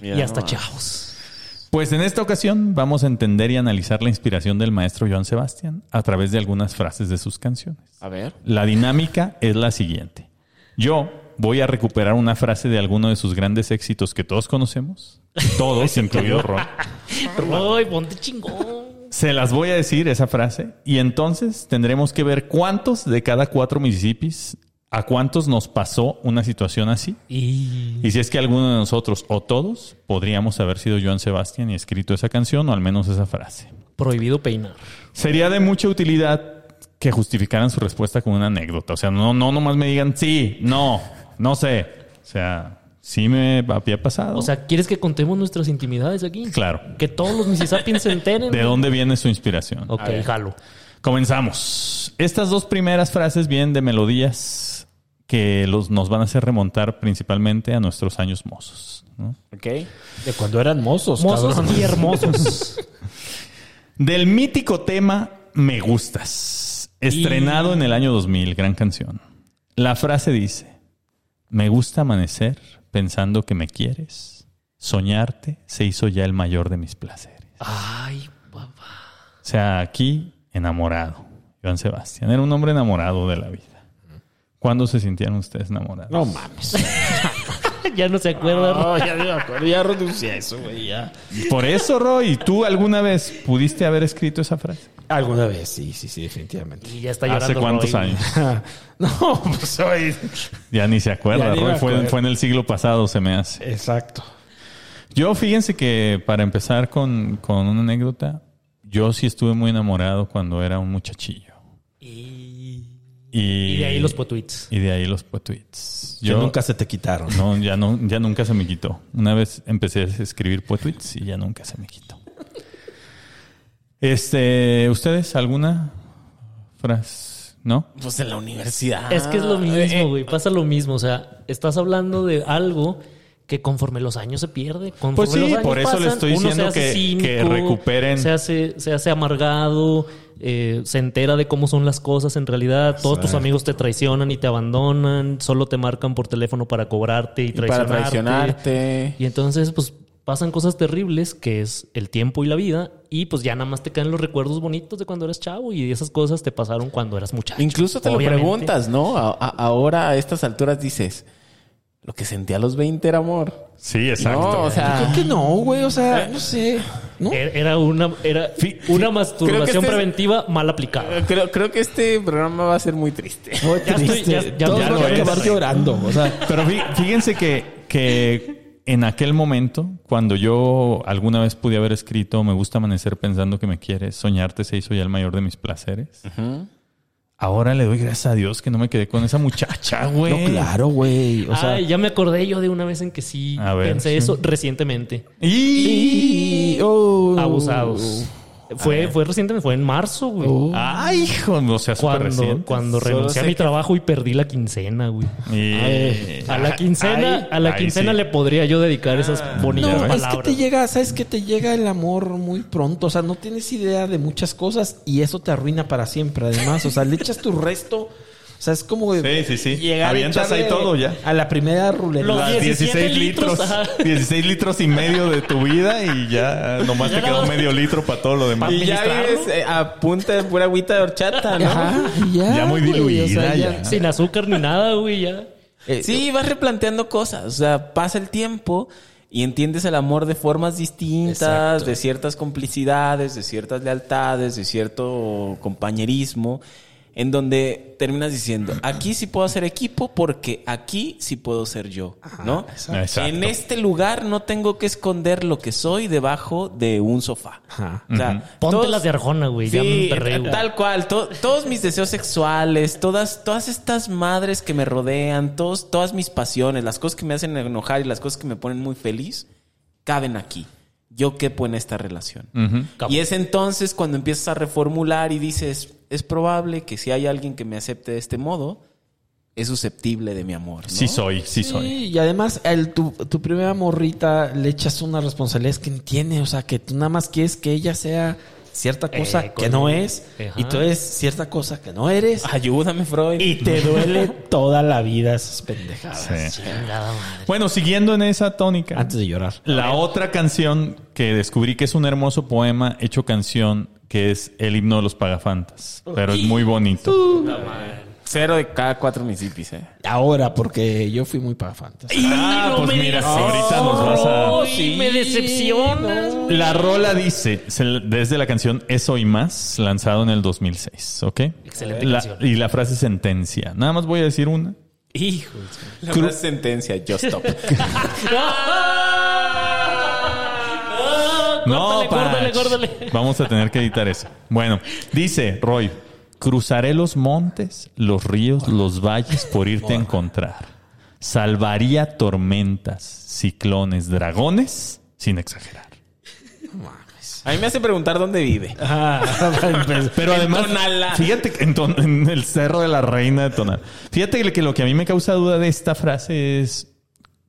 y hasta chavos. Pues en esta ocasión vamos a entender y analizar la inspiración del maestro Joan Sebastián a través de algunas frases de sus canciones. A ver. La dinámica es la siguiente. Yo voy a recuperar una frase de alguno de sus grandes éxitos que todos conocemos. Todos, incluido Ron. Roy, ponte chingón. Se las voy a decir esa frase y entonces tendremos que ver cuántos de cada cuatro Mississippis a cuántos nos pasó una situación así. Y Y si es que alguno de nosotros o todos podríamos haber sido Joan Sebastián y escrito esa canción o al menos esa frase. Prohibido peinar. Sería de mucha utilidad que justificaran su respuesta con una anécdota. O sea, no, no nomás me digan sí, no, no sé. O sea, sí me había pasado. O sea, ¿quieres que contemos nuestras intimidades aquí? claro. Que todos los Mississippians se enteren. ¿De güey. dónde viene su inspiración? Ok, jalo. Comenzamos. Estas dos primeras frases vienen de melodías que los, nos van a hacer remontar principalmente a nuestros años mozos. ¿no? ¿Ok? De cuando eran mozos, Mozos cabrón. y hermosos. Del mítico tema Me Gustas, estrenado en el año 2000, gran canción. La frase dice, Me gusta amanecer pensando que me quieres. Soñarte se hizo ya el mayor de mis placeres. Ay, papá. O sea, aquí enamorado. Joan Sebastián era un hombre enamorado de la vida. ¿Cuándo se sintieron ustedes enamorados? No mames. Ya no se Ah. acuerda. No, ya, ya, ya renuncié a eso, güey. Ya. Por eso, Roy, ¿tú alguna vez pudiste haber escrito esa frase? Alguna vez, sí, sí, sí, definitivamente. Y ya está llorando. ¿Hace cuántos Roy. años? no, pues hoy. Ya ni se acuerda, Ya ni me Roy. Fue, acuerdo. fue en el siglo pasado, se me hace. Exacto. Yo, fíjense que para empezar con, con una anécdota, yo sí estuve muy enamorado cuando era un muchachillo. Y... Y, y de ahí los potweets. Y de ahí los tweets. Yo nunca se te quitaron. No, ya, no, ya nunca se me quitó. Una vez empecé a escribir tweets y ya nunca se me quitó. Este, ¿ustedes alguna frase? ¿No? Pues en la universidad. Es que es lo Eh, mismo, güey. Pasa lo mismo. O sea, estás hablando de algo que conforme los años se pierde. Conforme Pues sí, los años por eso le pasan, estoy uno se diciendo hace que- que recuperen. Se hace, se hace amargado, eh, se entera de cómo son las cosas en realidad. Todos tus amigos te traicionan y te abandonan. Solo te marcan por teléfono para cobrarte y y para traicionarte. traicionarte. Y entonces, pues pasan cosas terribles que es el tiempo y la vida. Y pues ya nada más te quedan los recuerdos bonitos de cuando eras chavo y esas cosas te pasaron cuando eras muchacho. Incluso te Obviamente. lo preguntas, ¿no? A- a- ahora a estas alturas dices, lo que sentí a los 20 era amor. Sí, No, o sea, Creo que no, güey. O Eh. sea, no sé. ¿No? Era era una, era una masturbación creo que este es- preventiva mal aplicada. creo, creo que este programa va a ser muy triste. Muy Ya estoy- triste. ya- ya- Todos ya van lo a acabar es. llorando. O sea, Pero fí- fíjense que, que en aquel momento, cuando yo alguna vez pude haber escrito Me gusta amanecer pensando que me quieres, soñarte se hizo ya el mayor de mis placeres. Ahora le doy gracias a Dios que no me quedé con esa muchacha, no, güey. claro, güey. O sea, Ay, ya me acordé yo de una vez en que sí A ver, pensé sí. eso recientemente. Y... y- oh. Abusados. Fue, fue recientemente, fue en marzo, güey. Ah, Ay, hijo, no seas súper cuando reciente. cuando renuncié a mi trabajo y perdí la quincena, güey. Y- A la quincena, Ahí- a la ahí quincena sí. le podría yo dedicar esas No, bonitas Ya ves. es que palabras. te llega, sabes que te llega el amor muy pronto, o sea, no tienes idea de muchas cosas y eso te arruina para siempre, además, o sea, le echas tu resto, o sea, es como Sí, sí, sí. llegar y Avientas ahí echarle todo ya. a la primera ruleta. Los Las 17 16 litros, litros, ajá. 16 litros y medio de tu vida y ya nomás Ya te quedó nada más. medio litro para todo lo demás. Y ya ¿Administrarlo? vives eh, a punta de pura agüita de horchata, ¿no? Ajá, y ya, Ya muy güey, o sea, diluida, ya- ya. Sin azúcar ni nada, güey, ya. Eh, Sí, vas replanteando cosas. O sea, pasa el tiempo y entiendes el amor de formas distintas, Exacto. de ciertas complicidades, de ciertas lealtades, de cierto compañerismo, en donde terminas diciendo, aquí sí puedo hacer equipo porque aquí sí puedo ser yo, Ah, ¿no? Exacto. En este lugar no tengo que esconder lo que soy debajo de un sofá. Ajá. O sea, Ponte todos- las de Arjona, güey. ya me Sí, emperré, güey. tal cual. To- todos mis deseos sexuales, todas, todas estas madres que me rodean, todos, todas mis pasiones, las cosas que me hacen enojar y las cosas que me ponen muy feliz, caben aquí. Yo quepo en esta relación. Ujú. Cabrón. Y es entonces cuando empiezas a reformular y dices, es probable que si hay alguien que me acepte de este modo, es susceptible de mi amor. ¿no? Sí soy, sí Sí, soy. y además el- tu, tu primera morrita le echas unas responsabilidades que no tiene, o sea, que tú nada más quieres que ella sea cierta Eh, cosa con- que no es Ajá. y tú eres cierta cosa que no Ah, eres. Ayúdame, Freud. Y te duele toda la vida esas pendejadas. Sí. Chingada madre. Bueno, siguiendo en esa tónica, Antes de llorar. la otra canción que descubrí que es un hermoso poema hecho canción, que es el himno de los pagafantas, pero es muy bonito. Cero de cada cuatro municipios, ¿eh? Ahora, porque yo fui muy para fantasy. Ah, no pues me mira, digas ahorita eso, nos vas a- Roy, me decepcionas. güey. La rola dice, se- desde la canción Eso y más, lanzado en el 2006, ¿ok? Excelente La- canción. Y la frase sentencia. Nada más voy a decir una. Hijo. de La más Ah. sentencia, yo stop. su- ¡Ah! No, córdale, Patch. córdale. Vamos a tener que editar eso. Bueno, dice Roy, cruzaré los montes, los ríos, los valles por irte a encontrar. Salvaría tormentas, ciclones, dragones, sin exagerar. A mí me hace preguntar dónde vive. Pero además, Pues, Tonalá. fíjate que en, Ton- en el cerro de la reina de Tonal. Fíjate que lo que a mí me causa duda de esta frase es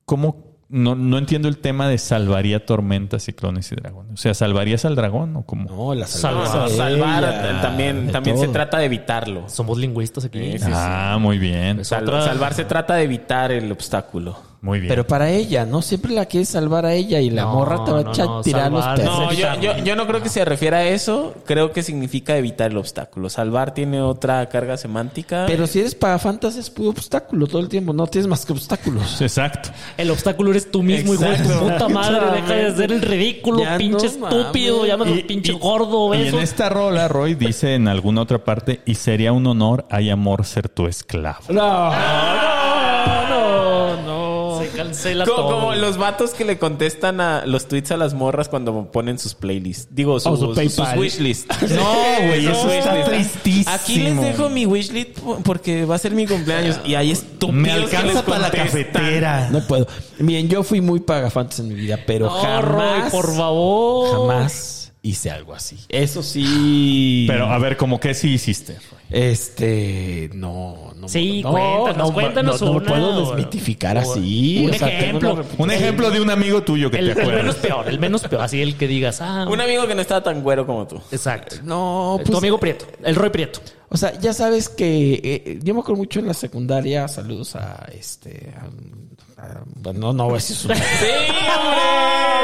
cómo no, no entiendo el tema de salvaría tormentas, ciclones y dragones. O sea, ¿salvarías al dragón o cómo? No, la No, salvación. o sea, salvar eh, también, también se trata de evitarlo. Somos lingüistas aquí. Sí, sí, sí. ah, muy bien. Eso. Sal- Otra- Salvar se trata de evitar el obstáculo. Muy bien. Pero para ella, ¿no? Siempre la quieres salvar a ella y la No, morra te va a no, echar no, tirar los salvar, pedazos. no, No, yo, evitarlo. yo, yo no creo que se refiera a eso. Creo que significa evitar el obstáculo. Salvar tiene otra carga semántica. Pero si eres para fantasy es puro obstáculo todo el tiempo. No tienes más que obstáculos. Exacto. El obstáculo eres tú mismo, hijo de tu Exacto. puta madre. Deja de Exactamente. ser el ridículo, Ya pinche no mames. estúpido. Llámalo pinche gordo, y beso. en esta rola, Roy dice en alguna otra parte, y sería un honor, hay amor, ser tu esclavo. No. Ah, No, no. Se cancela Co- como, todo. los vatos que le contestan a los tweets a las morras cuando ponen sus playlists. Digo, sus, su sus PayPal. wishlist. No, güey, Sus eso está wishlist. tristísimo. Aquí les dejo mi wishlist po- porque va a ser mi cumpleaños. Y ahí estúpidos Me que les alcanza para la contestan. cafetera. No puedo. Miren, yo fui muy para fantasy en mi vida, pero No, Roy, jamás, por favor. jamás hice algo así. Eso sí. Pero a ver, como que sí hiciste. Roy? Este, no, no. Sí, no, cuéntanos, no, cuéntanos No, no una, puedo o- desmitificar o- así. un o sea, tengo ejemplo. una repu- Un ejemplo de un amigo tuyo que El, te el menos acuerdas. peor, el menos peor. Así el que digas, ah, Un amigo que no estaba tan güero como tú. exacto. No, tu pues, amigo Prieto, el Roy Prieto. O sea, ya sabes que eh, yo me acuerdo mucho en la secundaria. Saludos a este. a- a- bueno, no, no voy a decir su nombre. ¡Sí, hombre!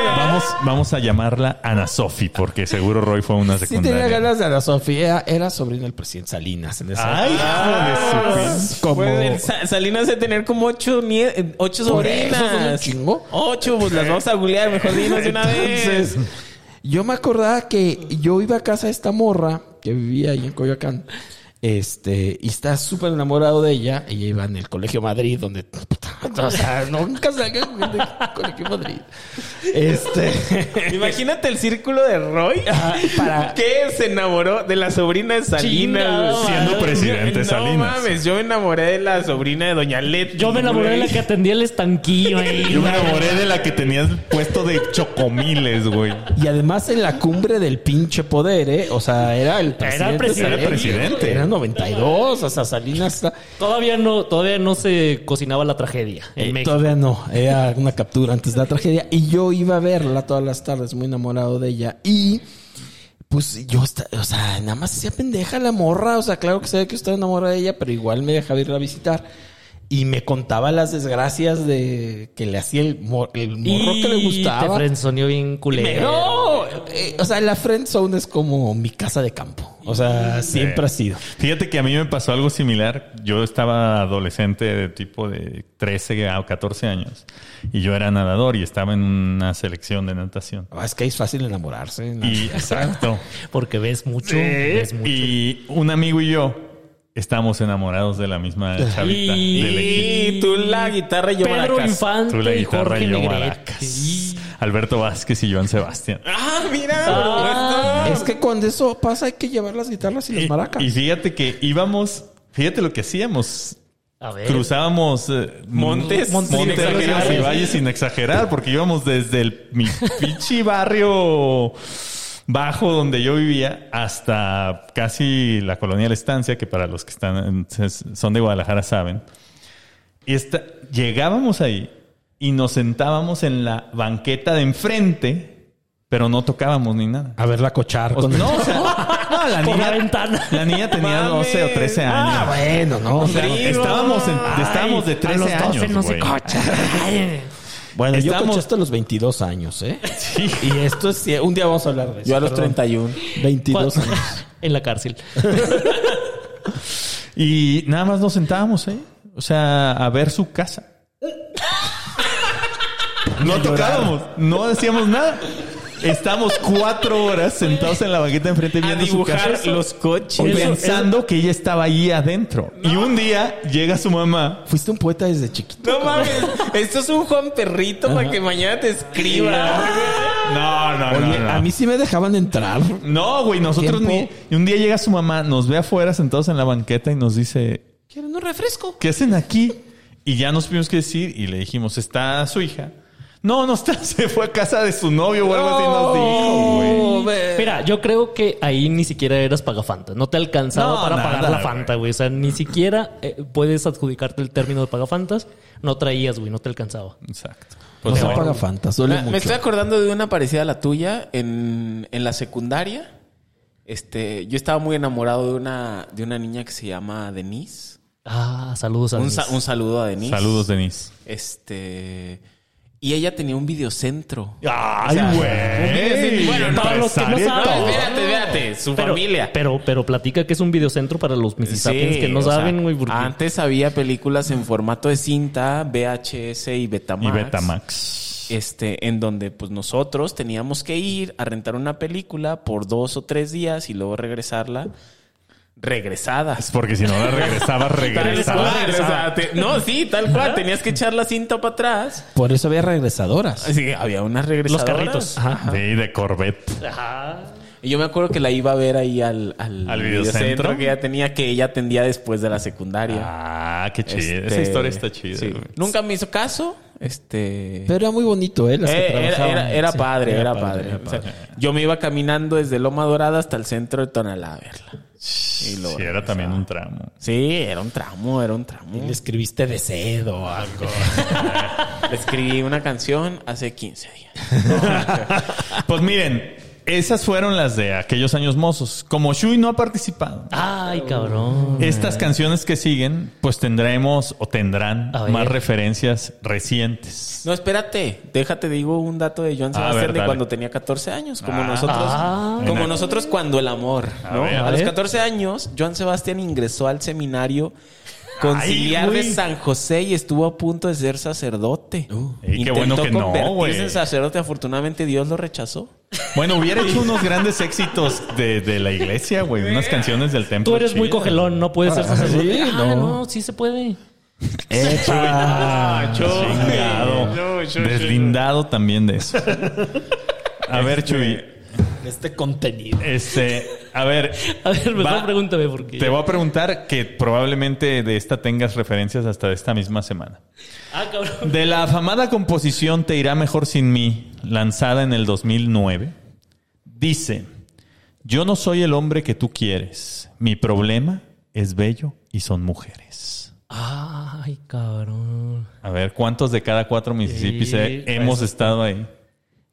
Vamos, vamos a llamarla Ana Sofi, porque seguro Roy fue a una Sí tenía secundaria. ganas de Ana Sofía. Era sobrina del presidente Salinas. En esa Ay, hijo de su pin- Es como Pues, Sa- Salinas de tener como ocho, nie- eh, ocho Por eso, sobrinas. son un chingo. Ocho, pues las vamos a googlear. Mejor dinos de una vez. Entonces, yo me acordaba que yo iba a casa de esta morra que vivía ahí en Coyoacán. Este, y está súper enamorado de ella. Ella iba en el Colegio Madrid, donde. O sea, nunca salga del Colegio Madrid. Este. Imagínate el círculo de Roy para- ah, que se enamoró de la sobrina de Salinas. Chingada güey. Siendo Yo- presidente no Salinas. mames, yo me enamoré de la sobrina de Doña Leti. Yo me enamoré de la que atendía el estanquillo ahí. Yo me enamoré de la que tenías puesto de chocomiles, güey. Y además en la cumbre del pinche poder, ¿eh? O sea, era el presidente. el presidente. Salinas. presidente. Era 92, o sea, Salinas está- Todavía no, todavía no se cocinaba la tragedia en Eh, México. todavía no, era una captura antes de la tragedia. Y yo iba a verla todas las tardes, muy enamorado de ella. Y pues yo, esta- o sea, nada más hacía pendeja la morra. O sea, claro que sabía que estaba enamorada de ella, pero igual me dejaba irla a visitar. Y me contaba las desgracias de que le hacía el, mor- el morro que le Y Te gustaba. frenzoneó bien culero. No, eh, o sea, la friend zone es como mi casa de campo. O sea, siempre ha sido. Eh. Fíjate que a mí me pasó algo similar. Yo estaba adolescente de tipo de 13 a 14 años y yo era nadador y estaba en una selección de natación. Ah, Es que es fácil enamorarse. en la- Y exacto. Porque ves mucho, ves mucho. Y un amigo y yo estábamos enamorados de la misma chavita. del equipo. Y tú la guitarra y yo Pedro maracas. Infante Tú la y guitarra Jorge y yo Negrete. maracas. Y- Alberto Vázquez y Joan Sebastián. Ah, mira. Ah, Es que cuando eso pasa hay que llevar las guitarras y las Y- maracas. Y, fíjate que íbamos, fíjate lo que hacíamos. A ver. Cruzábamos eh, Montes mon- sin montes exagerar. y valles sin exagerar, porque íbamos desde el mi pinche barrio bajo donde yo vivía hasta casi la colonia de la estancia, que para los que están en- son de Guadalajara saben. Y esta- llegábamos ahí y nos sentábamos en la banqueta de enfrente, pero no tocábamos ni nada. A ver la cochar. O- con- no, o sea, no, la Por niña, la ventana. la niña tenía Mames. 12 o 13 años. Ah, bueno, no. O sea, Rodrigo. estábamos, en- estábamos de 13 a los 12 años. no se güey. cocha. Ay. bueno, yo estamos- coché hasta los 22 años, ¿eh? Sí. Y esto es... Un día vamos a hablar de eso. Yo a los perdón. 31. 22 años. en la cárcel. Y nada más nos sentábamos, ¿eh? O sea, a ver su casa. No tocábamos, no decíamos nada. Estamos cuatro horas sentados en la banqueta enfrente A viendo su dibujar casa. los coches. Y Eso- pensando que ella estaba ahí adentro. Y un día llega su mamá. Fuiste un poeta desde chiquito. No mames, esto es un Juan Perrito para que mañana te escriba. No, no, no. Oye, no. a mí sí me dejaban entrar. No, güey, nosotros ni. ¿Tiempo? Y un día llega su mamá, nos ve afuera sentados en la banqueta y nos dice: ¿Quieren un refresco? ¿Qué hacen aquí? Y ya nos tuvimos que decir y le dijimos: Está su hija. No, no está, se fue a casa de su novio o algo así nos dijo, güey. Oh, Mira, yo creo que ahí ni siquiera eras pagafantas. No te alcanzaba No, para nada, pagar la güey. Fanta, güey. O sea, ni siquiera eh, puedes adjudicarte el término de pagafantas. No traías, güey. No te alcanzaba. Exacto. No Pues se bueno. paga fantas, duele Ah, Me- Me mucho. estoy acordando de una parecida a la tuya en, en la secundaria. Este, yo estaba muy enamorado de una, de una niña que se llama Denise. Ah, saludos a Un, Denise. sa- un saludo a Denise. Saludos, Denise. Este. Y ella tenía un videocentro. Ay, sea, güey. Bueno, no, los que no Empresario saben. todo. No, espérate, espérate. Su Pero- familia. Pero, pero platica que es un videocentro para los misisapiens Sí, que no o sea, saben, güey. porque- Antes había películas en formato de cinta, VHS y Betamax. Y Betamax. este, en donde pues nosotros teníamos que ir a rentar una película por dos o tres días y luego regresarla regresada. Es porque si no la regresaba, regresaba. Tal cual, o sea, te- no, sí, tal cual. Tenías que echar la cinta para atrás. Por eso había regresadoras. Así que había unas los regresadoras. carritos. Sí, de Corvette. Y yo me acuerdo que la iba a ver ahí al, al, ¿Al videocentro? que ella tenía, que ella atendía después de la secundaria. Ah, qué chido. Esa Este, historia está chida. sí. güey. Nunca me hizo caso. Este. Pero era muy bonito, ¿eh? Las que Eh, era, trabajaban. era- era Sí, padre, era, padre. era O sea, yo me iba caminando desde Loma Dorada hasta el centro de Tonalá a verla. Y Sí, era luego regresaba. también un tramo. Sí, era un tramo, era un tramo. Le escribiste de cedo o algo. Le escribí una canción hace 15 días. Pues miren, esas fueron las de aquellos años mozos. Como Shui no ha participado, Ay, cabrón. estas canciones que siguen, pues tendremos o tendrán A ver. más referencias recientes. No, espérate, déjate, digo un dato de Joan A Sebastián ver, de dale. cuando tenía 14 años, como Ah. nosotros, Ah. como nosotros cuando el amor, ¿no? ver. A, los A ver. 14 años, Joan Sebastián ingresó al seminario conciliar güey. de San José y estuvo a punto de ser sacerdote. Y Uh, qué bueno que no, convertirse güey. en sacerdote, afortunadamente Dios lo rechazó. Bueno, hubiera hecho unos grandes éxitos de, de la iglesia, güey. Unas canciones del templo. Tú eres muy chidas. cogelón, no puedes ser Ah, sacerdote. sí, Ah, no. no. sí se puede. Epa. Ah, Chingado. Deslindado también de eso. A ver, Chuy. Este contenido. Este, a ver. A ver, mejor va- pregúntame porque. Te voy a preguntar que probablemente de esta tengas referencias hasta de esta misma semana. Ah, cabrón. De la afamada composición Te irá mejor sin mí, lanzada en el 2009, dice, yo no soy el hombre que tú quieres, mi problema es bello y son mujeres. Ay, cabrón. A ver, ¿cuántos de cada cuatro Mississippis Sí, eh, hemos estado ahí?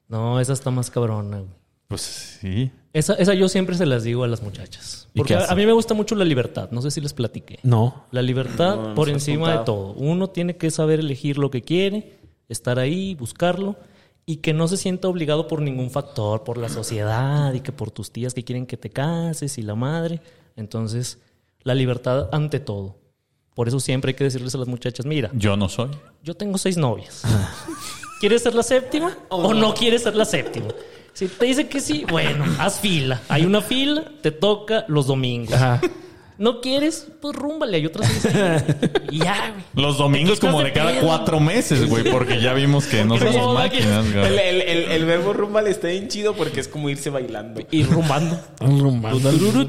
No, esa está más cabrona, güey. Pues sí. Esa, esa yo siempre se las digo a las muchachas. ¿Y Porque a, qué hacen? a mí me gusta mucho la libertad. No sé si les platiqué. No. La libertad No, nos por has encima de contado. todo. Uno tiene que saber elegir lo que quiere, estar ahí, buscarlo y que no se sienta obligado por ningún factor, por la sociedad y que por tus tías que quieren que te cases y la madre. Entonces, la libertad ante todo. Por eso siempre hay que decirles a las muchachas, mira, Yo no soy. yo tengo seis novias. Ah. ¿Quieres ser la séptima o no quieres ser la séptima? Si te dice que sí, bueno, haz fila. Hay una fila, te toca los domingos. ¿No quieres? Pues rúmbale, hay otras seis filas. Y ya, güey. Los domingos Te quitas como de de cada pedo. cuatro meses, güey, porque ya vimos que no Porque somos somos máquinas, El, güey. el- el- el verbo rumba le está bien chido porque es como irse bailando. Y rumbando.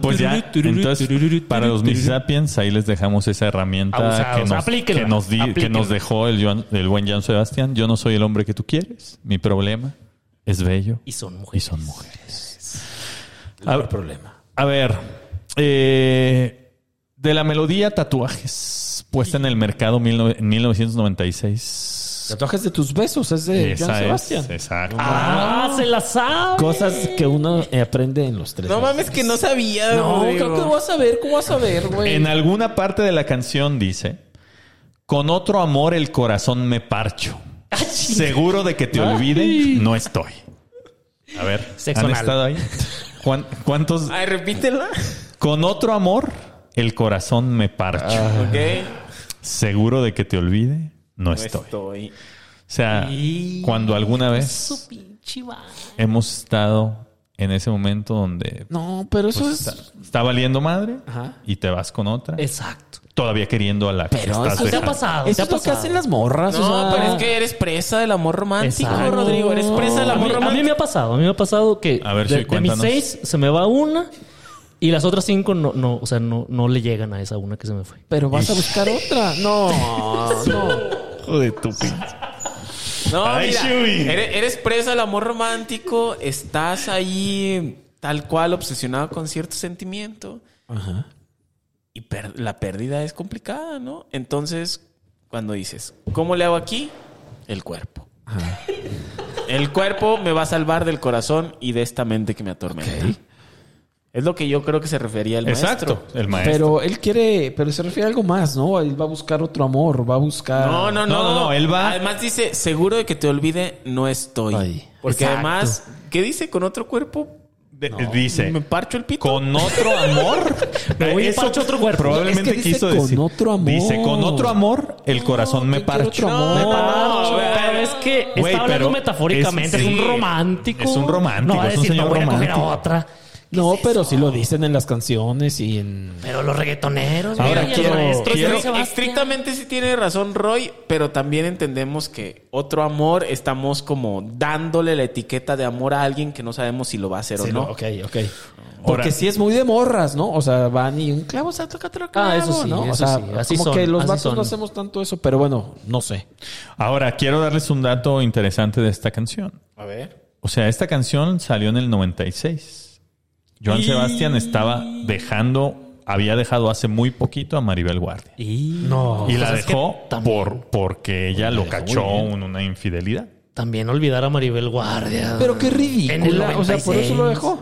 Pues ya, entonces, para los Mississippians, ahí les dejamos esa herramienta Abusados. que nos, Aplíquenla. que nos di- que Aplíquenla. nos dejó el, Joan- el buen Jan Sebastián. Yo no soy el hombre que tú quieres. Mi problema es bello Y son y mujeres. son mujeres. A ver, problema. A ver, eh, de la melodía Tatuajes, puesta en el mercado mil no- en 1996. Tatuajes de tus besos, es de Joan Esa es, Sebastián. exacto. Ah, se la sabe. Cosas que uno eh, aprende en los tres. No meses. mames que no sabía. No, Rodrigo. creo que vas a ver, ¿cómo vas a ver, güey? En alguna parte de la canción dice: Con otro amor el corazón me parcho. Seguro de que te olvide, no estoy. A ver, Sexo ¿han anal. estado ahí? ¿Cuán- ¿Cuántos? Ay, repítela. Con otro amor el corazón me parcho. Ok. Seguro de que te olvide, no, Ah. No estoy. estoy. O sea, Y- cuando alguna Su vez pinche va- hemos estado en ese momento donde No, pero eso pues, es. está, está valiendo madre Ajá. y te vas con otra. Exacto. todavía queriendo a la que Pero estás eso te ha dejando. pasado. Eso te ha es lo que pasado. hacen las morras. No, o sea. pero es que eres presa del amor romántico, Ah. Exacto. Rodrigo. Eres presa del A amor mí, a mí romántico. me ha pasado, a mí me ha pasado que A ver, de, Chuy, de mis cuéntanos. seis se me va una y las otras cinco no, no, o sea, no, no le llegan a esa una que se me fue. Pero vas a buscar otra. No, no. Hijo de tu pin- No, Ay, mira, Shui. eres, eres presa del amor romántico, estás ahí tal cual obsesionado con cierto sentimiento Ajá. y per- la pérdida es complicada, ¿no? Entonces, cuando dices, ¿cómo le hago aquí? El cuerpo. El cuerpo me va a salvar del corazón y de esta mente que me atormenta. Es lo que yo creo que se refería el maestro. Exacto, el maestro. Pero él quiere, pero se refiere a algo más, ¿no? Él va a buscar otro amor, va a buscar. No, no, No, no, no, no, él va- Además dice, seguro de que te olvide, no estoy. Ay. Porque Exacto. además, ¿qué dice con otro cuerpo? De- Dice, Me parcho el pito. con otro amor. Me voy y Eso parcho otro cuerpo. Probablemente Es que dice quiso con decir. otro amor. Dice, con otro amor, el corazón me yo quiero parcho. otro amor. Me No, parcho. parcho. Ah, pero es que está Güey, hablando pero metafóricamente, es, es- sí, un romántico. es un romántico, No va a es un decir, señor no voy a coger a romántico". otra. No, pero sí lo dicen en las canciones y en. Pero los reggaetoneros, Ahora güey, el quiero- maestro, quiero- Joan Sebastián. Estrictamente sí tiene razón Roy, pero también entendemos que otro amor estamos como dándole la etiqueta de amor a alguien que no sabemos si lo va a hacer o Sí, no. Ok, ok. Porque sí es muy de morras, ¿no? O sea, van y un clavo saca otro clavo, Ah, eso sí, ¿no? o eso sea, sí, así como son, que los así vatos son. no hacemos tanto eso, pero bueno, no sé. Ahora, quiero darles un dato interesante de esta canción. A ver. O sea, esta canción salió en el 96. Joan Sebastián estaba dejando, había dejado hace muy poquito a Maribel Guardia. Y, no, Y la pues es que dejó también, por, porque ella lo cachó en una infidelidad. también olvidar a Maribel Guardia. Pero qué En el ridícula. O sea, por eso lo 96. dejó.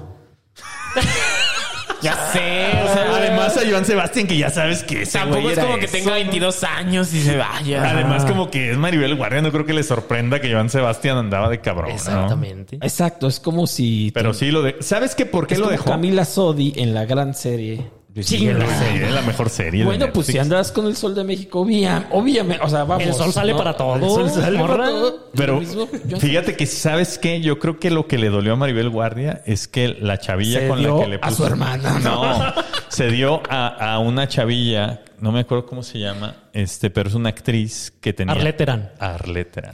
Ya sé, o sea, Ah, Además a Joan Sebastián que ya sabes que tampoco es como que tenga 22 años y se vaya. Además como que es Maribel Guardia, no creo que le sorprenda que Joan Sebastián andaba de cabrón. ¿no? Exactamente. Exacto, es como si. Pero sí lo de... ¿Sabes qué? ¿Por qué es lo como dejó? Camila Sodi en la gran serie. Lo sé, es la mejor serie. de Bueno, pues Netflix. si andas con el sol de México, obvia- obviamente, o sea, vamos. El sol sale para todos, El sol sale morra. para todos. Lo Pero mismo, yo- fíjate que, ¿sabes qué? Yo creo que lo que le dolió a Maribel Guardia es que la chavilla Se con dio la que le a su hermana, No, se dio a, a una chavilla, no me acuerdo cómo se llama, este, pero es una actriz que tenía. Arlette Terán. Arlette Terán.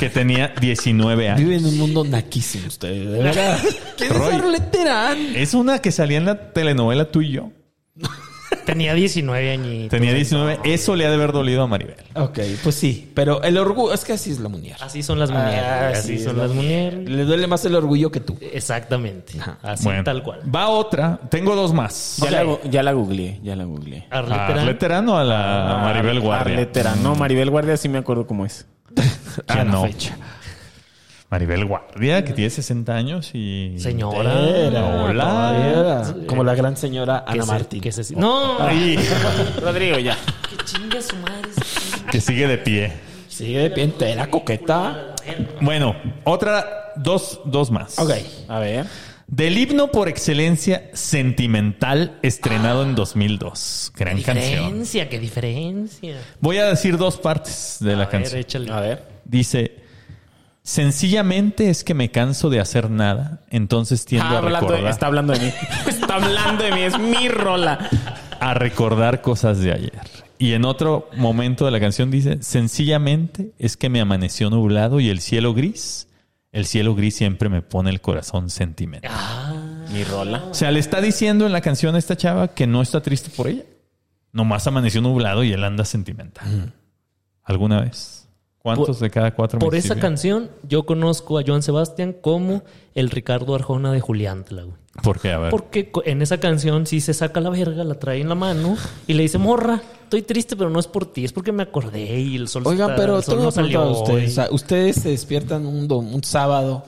Que tenía 19 años. Vive en un mundo naquísimo ustedes, de verdad. ¿Quién es Roy. Arlette Terán? Es una que salía en la telenovela tú y yo. Tenía 19 añitos. Tenía 19. Eso le ha de haber dolido a Maribel. Ok, pues sí, pero el orgullo, es que así es la muñeca. Así son las muñeras. Ah, así sí, son la- las muñeras. Le duele más el orgullo que tú. Exactamente. Así Bueno, tal cual. Va otra. Tengo dos más. Ya, la, gu- ya la googleé, ya la googleé. Arlette ¿A Terán. Arlette Ah, Terán o a la Maribel Guardia? Arletera. No, Maribel Guardia sí me acuerdo cómo es. Ah, la no. fecha. Maribel Guardia, que tiene 60 años y... Señora. Era, Hola. todavía era. Como la gran señora Que Ana se- Martín. que se- no, Ay, Rodrigo, ya. que sigue de pie. Sigue de pie entera, coqueta. Bueno, otra, dos, dos más. Ok. A ver. Del himno por excelencia sentimental estrenado en 2002. Gran canción. diferencia, qué diferencia. Voy a decir dos partes de la A ver, canción. échale. Ah, A ver. Dice, sencillamente es que me canso de hacer nada, entonces tiendo Ah, a hablando- recordar, está hablando de mí. Está hablando de mí. Es mi rola. a recordar cosas de ayer. Y en otro momento de la canción dice, sencillamente es que me amaneció nublado y el cielo gris, el cielo gris siempre me pone el corazón sentimental. Mi rola. O sea, le está diciendo en la canción a esta chava que no está triste por ella. Nomás amaneció nublado y él anda sentimental. ¿Alguna vez? ¿Cuántos de cada cuatro Por me esa sirven? canción, yo conozco a Joan Sebastián como el Ricardo Arjona de Juliantla, güey. ¿Por qué? A ver. Porque co- en esa canción sí se saca la verga, la trae en la mano y le dice, morra, estoy triste, pero no es por ti, es porque me acordé y el sol Oigan, está- pero el sol tengo no una pregunta a salió ustedes. O hoy". sea, ustedes se despiertan un, dom- un sábado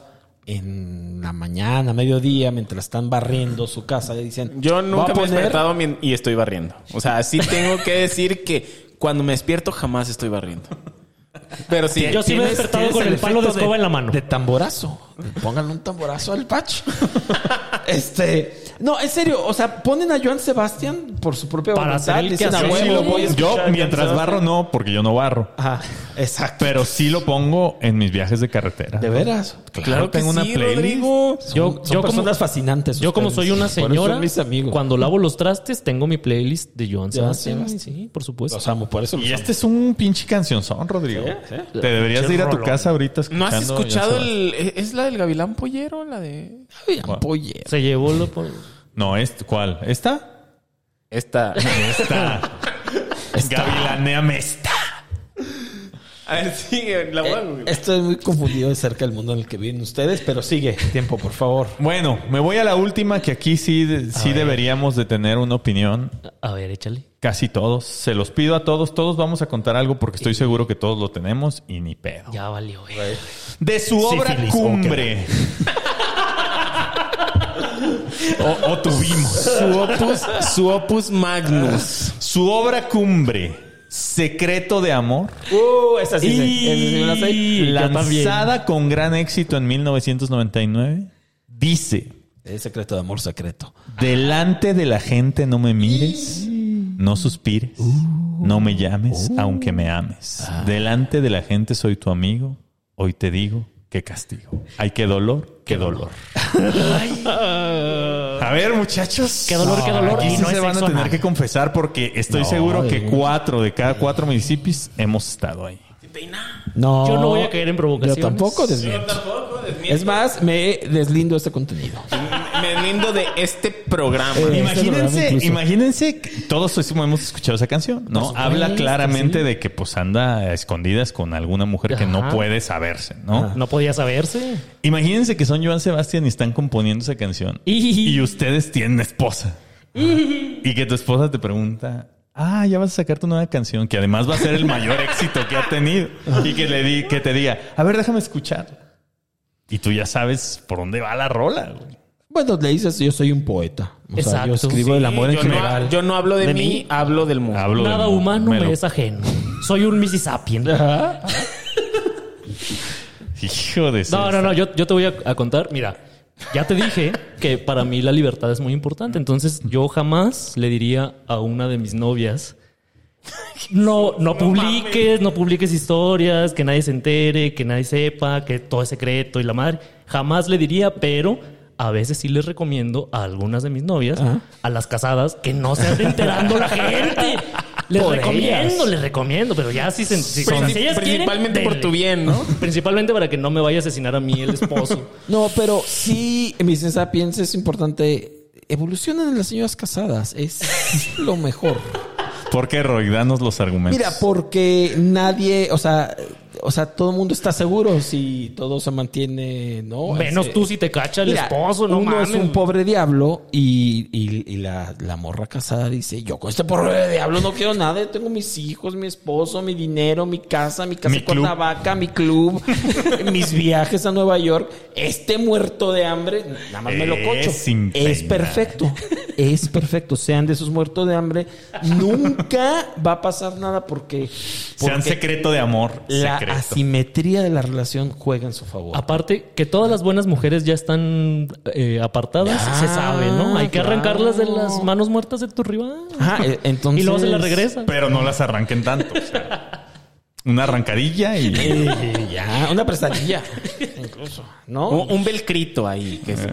en la mañana, mediodía, mientras están barriendo su casa y dicen... Yo "Voy nunca a me he poner- despertado mien- y estoy barriendo. O sea, sí tengo que decir que cuando me despierto jamás estoy barriendo. Pero sí. Yo sí me he despertado con el palo de escoba en la mano. De tamborazo. Pónganle un tamborazo al Pacho. este. No, en serio. O sea, ponen a Joan Sebastián por su propia Para voluntad. hacer el dicen, quehacer. "A sí huevo, lo- voy a yo, escuchar a mientras Joan barro, no, porque yo no barro. Ajá, exacto. Pero sí lo pongo en mis viajes de carretera. ¿De veras? Claro, tengo una playlist. Yo- Son, yo como- personas fascinantes. Yo como ustedes. soy una Por eso señora, son mis amigos. cuando lavo los trastes tengo mi playlist de Joan Joan Sebastián. Sebastián. Sí, por supuesto. Los amo, por eso los Y amo. este es un pinche cancionzón, Rodrigo. Te deberías de ir a tu casa ahorita escuchando. ¿No has ya escuchado sabes. el. e-, ¿Es la del Gavilán Pollero? La de. Ay, ampollero. Se llevó lo por... No, este, ¿cuál? ¿Esta? Esta. Eh, Esta. Gavilaneame esta. A ver, sigue. La voy a googlear. Estoy muy confundido acerca del mundo en el que viven ustedes, pero sigue. Tiempo, por favor. Bueno, me voy a la última que aquí sí, de- sí deberíamos de tener una opinión. A ver, échale. Casi todos. Se los pido a todos. Todos vamos a contar algo porque estoy seguro que todos lo tenemos y ni pedo. Ya valió. güey. De su obra Sífilis, cumbre. o, o tuvimos. Su opus, su opus magnus. Su obra cumbre. Secreto de amor. Uh, esa sí. sé. Esa sí me la sé. Y yo también. lanzada con gran éxito en 1999, dice: El secreto de amor secreto. Delante de la gente no me mires, no suspires, Uh. no me llames, aunque me ames. Ah. Delante de la gente soy tu amigo, hoy te digo que castigo. Ay, qué dolor, qué dolor. A ver, muchachos. Qué dolor, qué dolor. Aquí Y sí no se es van a sexo tener anal. que confesar porque estoy seguro que cuatro de cada cuatro municipios hemos estado ahí. No. Yo no voy a caer en provocaciones. Yo tampoco desmiento. Es más, me deslindo este contenido. Me lindo de este programa. Eh, este programa Imagínense, incluso. imagínense, que todos hemos escuchado esa canción, ¿no? Habla claramente de que pues anda a escondidas con alguna mujer que no Ajá. puede saberse, ¿no? No podía saberse. Imagínense que son Joan Sebastián y están componiendo esa canción Y- y ustedes tienen esposa y que tu esposa te pregunta, ah, ya vas a sacar tu nueva canción que además va a ser el mayor éxito que ha tenido y que le di, que te diga, a ver, déjame escucharla. Y tú ya sabes por dónde va la rola, güey. Bueno, le dices, yo soy un poeta. O sea, yo Exacto. escribo el amor en Eh, yo, general. no, yo no hablo de, ¿De mí, mí? hablo del mundo. Hablo Nada del- humano me me lo- es ajeno. Soy un Mississippian. Ajá. Hijo de No, César. no, no, yo, yo te voy a, a contar. Mira, ya te dije que para mí la libertad es muy importante. Entonces, yo jamás le diría a una de mis novias: No, no publiques, no publiques historias, que nadie se entere, que nadie sepa, que todo es secreto y la madre. Jamás le diría, pero. A veces sí les recomiendo a algunas de mis novias, a las casadas, que no se anden enterando la gente. Les Por recomiendo, ellas. les recomiendo, pero ya si, se, si son- Princip- si ellas quieren, principalmente por denle. tu bien, ¿no? Principalmente para que no me vaya a asesinar a mí el esposo. No, pero sí, mis sapiens es importante. Evolucionan en las señoras casadas. Es lo mejor. ¿Por qué, Roy? Danos los argumentos. Mira, porque nadie, o sea, o sea, todo el mundo está seguro si todo se mantiene, ¿no? Menos Este, tú si te cacha el mira, esposo, no uno mames. es un pobre diablo y, y- y la, la morra casada dice, yo con este pobre diablo no quiero nada, yo tengo mis hijos, mi esposo, mi dinero, mi casa, mi casa Mi en club. Cuernavaca, mi club, mis viajes a Nueva York, este muerto de hambre, nada más me lo cocho. Es sin Es pena. perfecto, es perfecto, sean de esos muertos de hambre, nunca va a pasar nada porque... Sean porque secreto de amor. la secreto. asimetría de la relación juega en su favor. Ah, Aparte, que todas las buenas mujeres ya están eh, apartadas, Ah, se sabe, ¿no? Hay que claro. arrancarlas de las manos muertas de tu rival. Ajá, eh, entonces... pues, Y luego se las regresan. Pero no las arranquen tanto. o sea, una arrancadilla y. Eh, ya, una prestadilla. Incluso, ¿no? Ah. Un, un belcrito ahí. que se-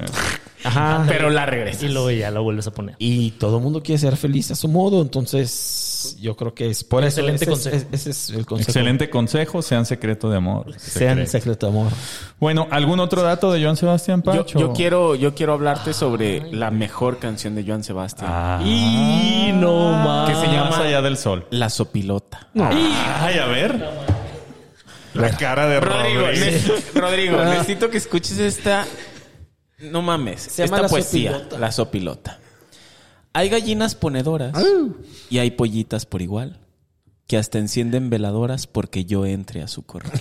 Ajá. Pero la regresas. Y luego ya la vuelves a poner. y todo el mundo quiere ser feliz a su modo, entonces yo creo que es por eso. Excelente ese es- consejo. es- Ese es, el consejo. Excelente consejo, sean secreto de amor. Sean Secreto. secreto amor. Bueno, ¿algún otro dato de Joan Sebastián Yo, Pacho? yo quiero, yo quiero hablarte sobre la mejor canción de Joan Sebastián. Ah, Y no que más. se llama Más allá del sol. La sopilota. Ay, a ver. La cara de Rodrigo, Rodrigo. ne- Ah. Rodrigo, necesito que escuches esta. No mames. llama esta La poesía. Sopilota. La sopilota. Hay gallinas ponedoras y hay pollitas por igual que hasta encienden veladoras porque yo entre a su corral.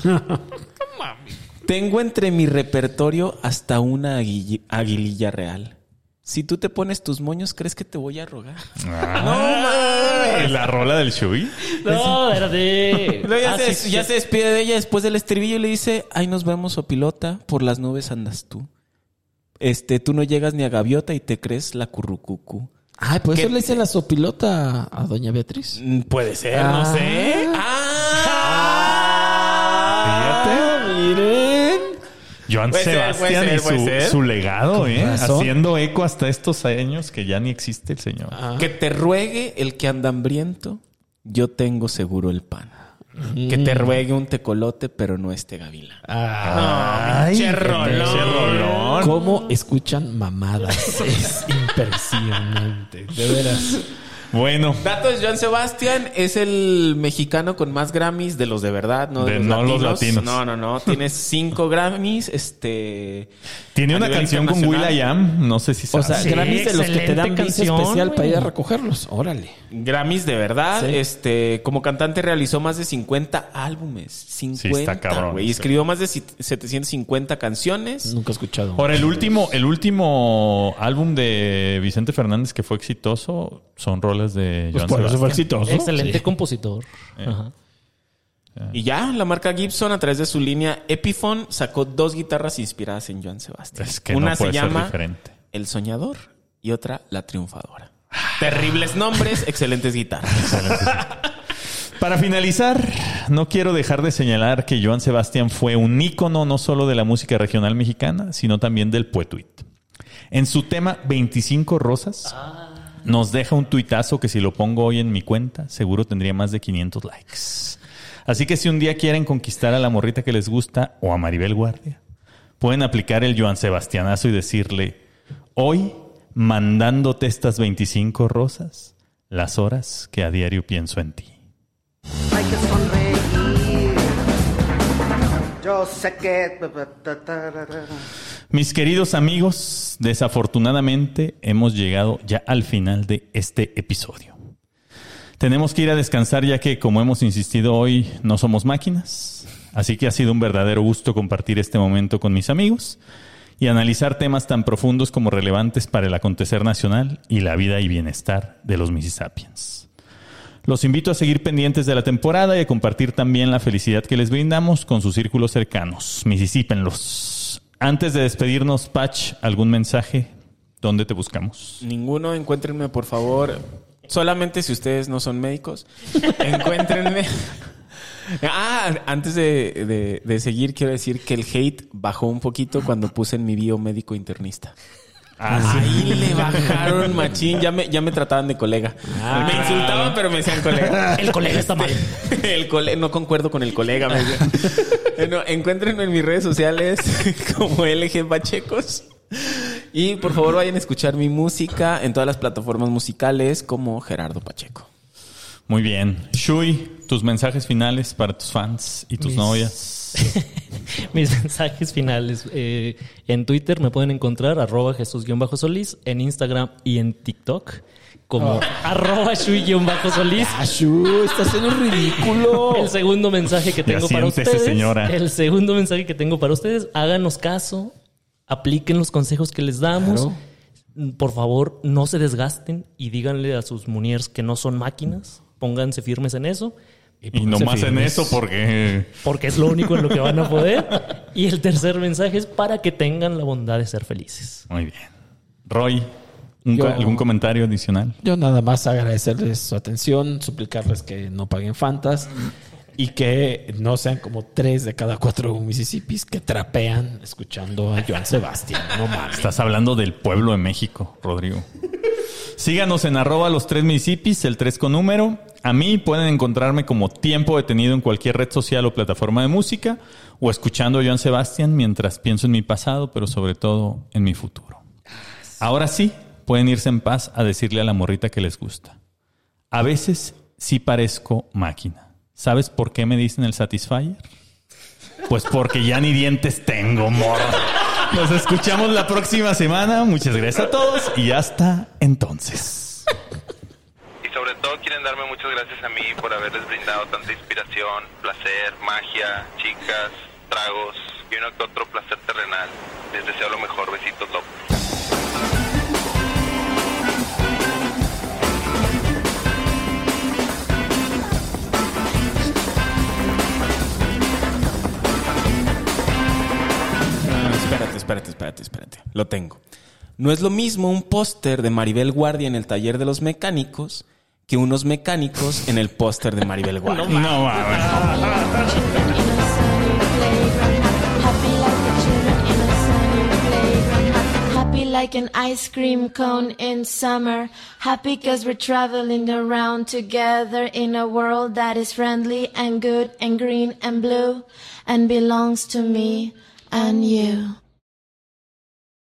Tengo entre mi repertorio hasta una aguill- aguililla real Si tú te pones tus moños, ¿crees que te voy a rogar? Ah, La rola del Shui. No, espérate. Luego ya, Ah, se, sí, ya sí. se despide de ella después del estribillo y le dice, ay, nos vemos, o pilota, por las nubes andas tú. Este, tú no llegas ni a gaviota y te crees la currucucu. Ay, por eso ¿Qué? le hice la sopilota a doña Beatriz. Mm, Puede ser, no no sé. sé. Ah. Fíjate. miren. Joan Puede ser, Sebastián puede ser, y su, puede ser. su legado, ¿eh? razón. Haciendo eco hasta estos años que ya ni existe el señor. Que te ruegue el que anda hambriento, yo tengo seguro el pan. Que Mm. te ruegue un tecolote, pero no este gavilán. Ah. Ay, pinche rolón. pinche rolón. Ah, ¿Cómo escuchan mamadas? Es impresionante. De veras. Bueno, Datos Joan Sebastián es el mexicano con más Grammys de los de verdad, no de, De los, no latinos. los latinos. No, no, no. Tienes cinco Grammys, este. tiene a una nivel canción con Will internacional. I Am, no sé si O sabes. sea, Sí, Grammys de los que te dan excelente visa canción, especial para güey. ir a recogerlos. Órale. Grammys de verdad. Sí. Este, como cantante realizó más de 50 álbumes. 50, cabrón. güey. Y escribió más de si- 750 canciones. Nunca he escuchado. Ahora, el último, el último álbum de Vicente Fernández que fue exitoso son rolas de Pues Joan Sebastián. exitoso. Excelente compositor. Eh. Ajá. Y ya, la marca Gibson, a través de su línea Epiphone, sacó dos guitarras inspiradas en Joan Sebastián. Es que Una no se puede ser llama diferente. Ah. El Soñador y otra La Triunfadora. Terribles nombres, excelentes guitarras. Para finalizar, no quiero dejar de señalar que Joan Sebastián fue un ícono no solo de la música regional mexicana, sino también del poetuit. En su tema 25 rosas, nos deja un tuitazo que si lo pongo hoy en mi cuenta, seguro tendría más de 500 likes. Así que si un día quieren conquistar a la morrita que les gusta o a Maribel Guardia, pueden aplicar el Joan Sebastianazo y decirle, hoy mandándote estas 25 rosas, las horas que a diario pienso en ti. Hay que sonreír. Yo sé que. ta, ta, ta, ra, ra. Mis queridos amigos, desafortunadamente hemos llegado ya al final de este episodio. Tenemos que ir a descansar ya que, como hemos insistido hoy, no somos máquinas. Así que ha sido un verdadero gusto compartir este momento con mis amigos y analizar temas tan profundos como relevantes para el acontecer nacional y la vida y bienestar de los Mississippians. Los invito a seguir pendientes de la temporada y a compartir también la felicidad que les brindamos con sus círculos cercanos. Misisípenlos. Antes de despedirnos, Patch, ¿algún mensaje? ¿Dónde te buscamos? Ninguno, encuéntrenme, por favor. Solamente si ustedes no son médicos, encuéntrenme. Ah, antes de, de- de seguir, quiero decir que el hate bajó un poquito cuando puse en mi bio médico internista. Ahí le bajaron machín. Ya me, ya me trataban de colega. me insultaban, pero me decían colega. El colega está Este, mal. El cole- no concuerdo con el colega. me decían. Bueno, encuéntrenme en mis redes sociales como LG Pachecos. Y por favor vayan a escuchar mi música en todas las plataformas musicales como Gerardo Pacheco. Muy bien. Shui, tus mensajes finales para tus fans y tus Mis- novias. Mis mensajes finales. eh, en Twitter me pueden encontrar arroba Jesús-Solís, en Instagram y en TikTok como Ah. arroba Shui-Solís. Ashu, Ah, estás siendo ridículo. El segundo mensaje que tengo para Oh. siéntese, ustedes. señora. El segundo mensaje que tengo para ustedes, háganos caso, apliquen los consejos que les damos. Por favor, no se desgasten y díganle a sus muniers que no son máquinas. Pónganse firmes en eso, Y pues, no más en firmes. eso porque... porque es lo único en lo que van a poder. Y el tercer mensaje es para que tengan la bondad de ser felices. Muy bien. Roy, un Yo- co- ¿algún comentario adicional? Yo nada más agradecerles su atención, suplicarles que no paguen fantas y que no sean como tres de cada cuatro Mississippis que trapean escuchando a Joan Sebastián. No mames. Estás hablando del pueblo de México, Rodrigo. Síganos en arroba los tres municipios, el tres con número. A mí pueden encontrarme como tiempo detenido en cualquier red social o plataforma de música o escuchando a Joan Sebastián mientras pienso en mi pasado, pero sobre todo en mi futuro. Ahora sí, pueden irse en paz a decirle a la morrita que les gusta. A veces sí parezco máquina. ¿Sabes por qué me dicen el Satisfyer? Pues porque ya ni dientes tengo, morro. Nos escuchamos la próxima semana. Muchas gracias a todos y hasta entonces. Y sobre todo quieren darme muchas gracias a mí por haberles brindado tanta inspiración, placer, magia, chicas, tragos y uno que otro placer terrenal. Les deseo lo mejor. Besitos, López. espérate, espérate, espérate. Lo tengo. No es lo mismo un póster de Maribel Guardia en el taller de los mecánicos que unos mecánicos en el póster de Maribel Guardia. No mames. Like an ice cream cone in summer. Happy cause we're traveling around together in a world that is friendly and good and green and blue and belongs to me and you.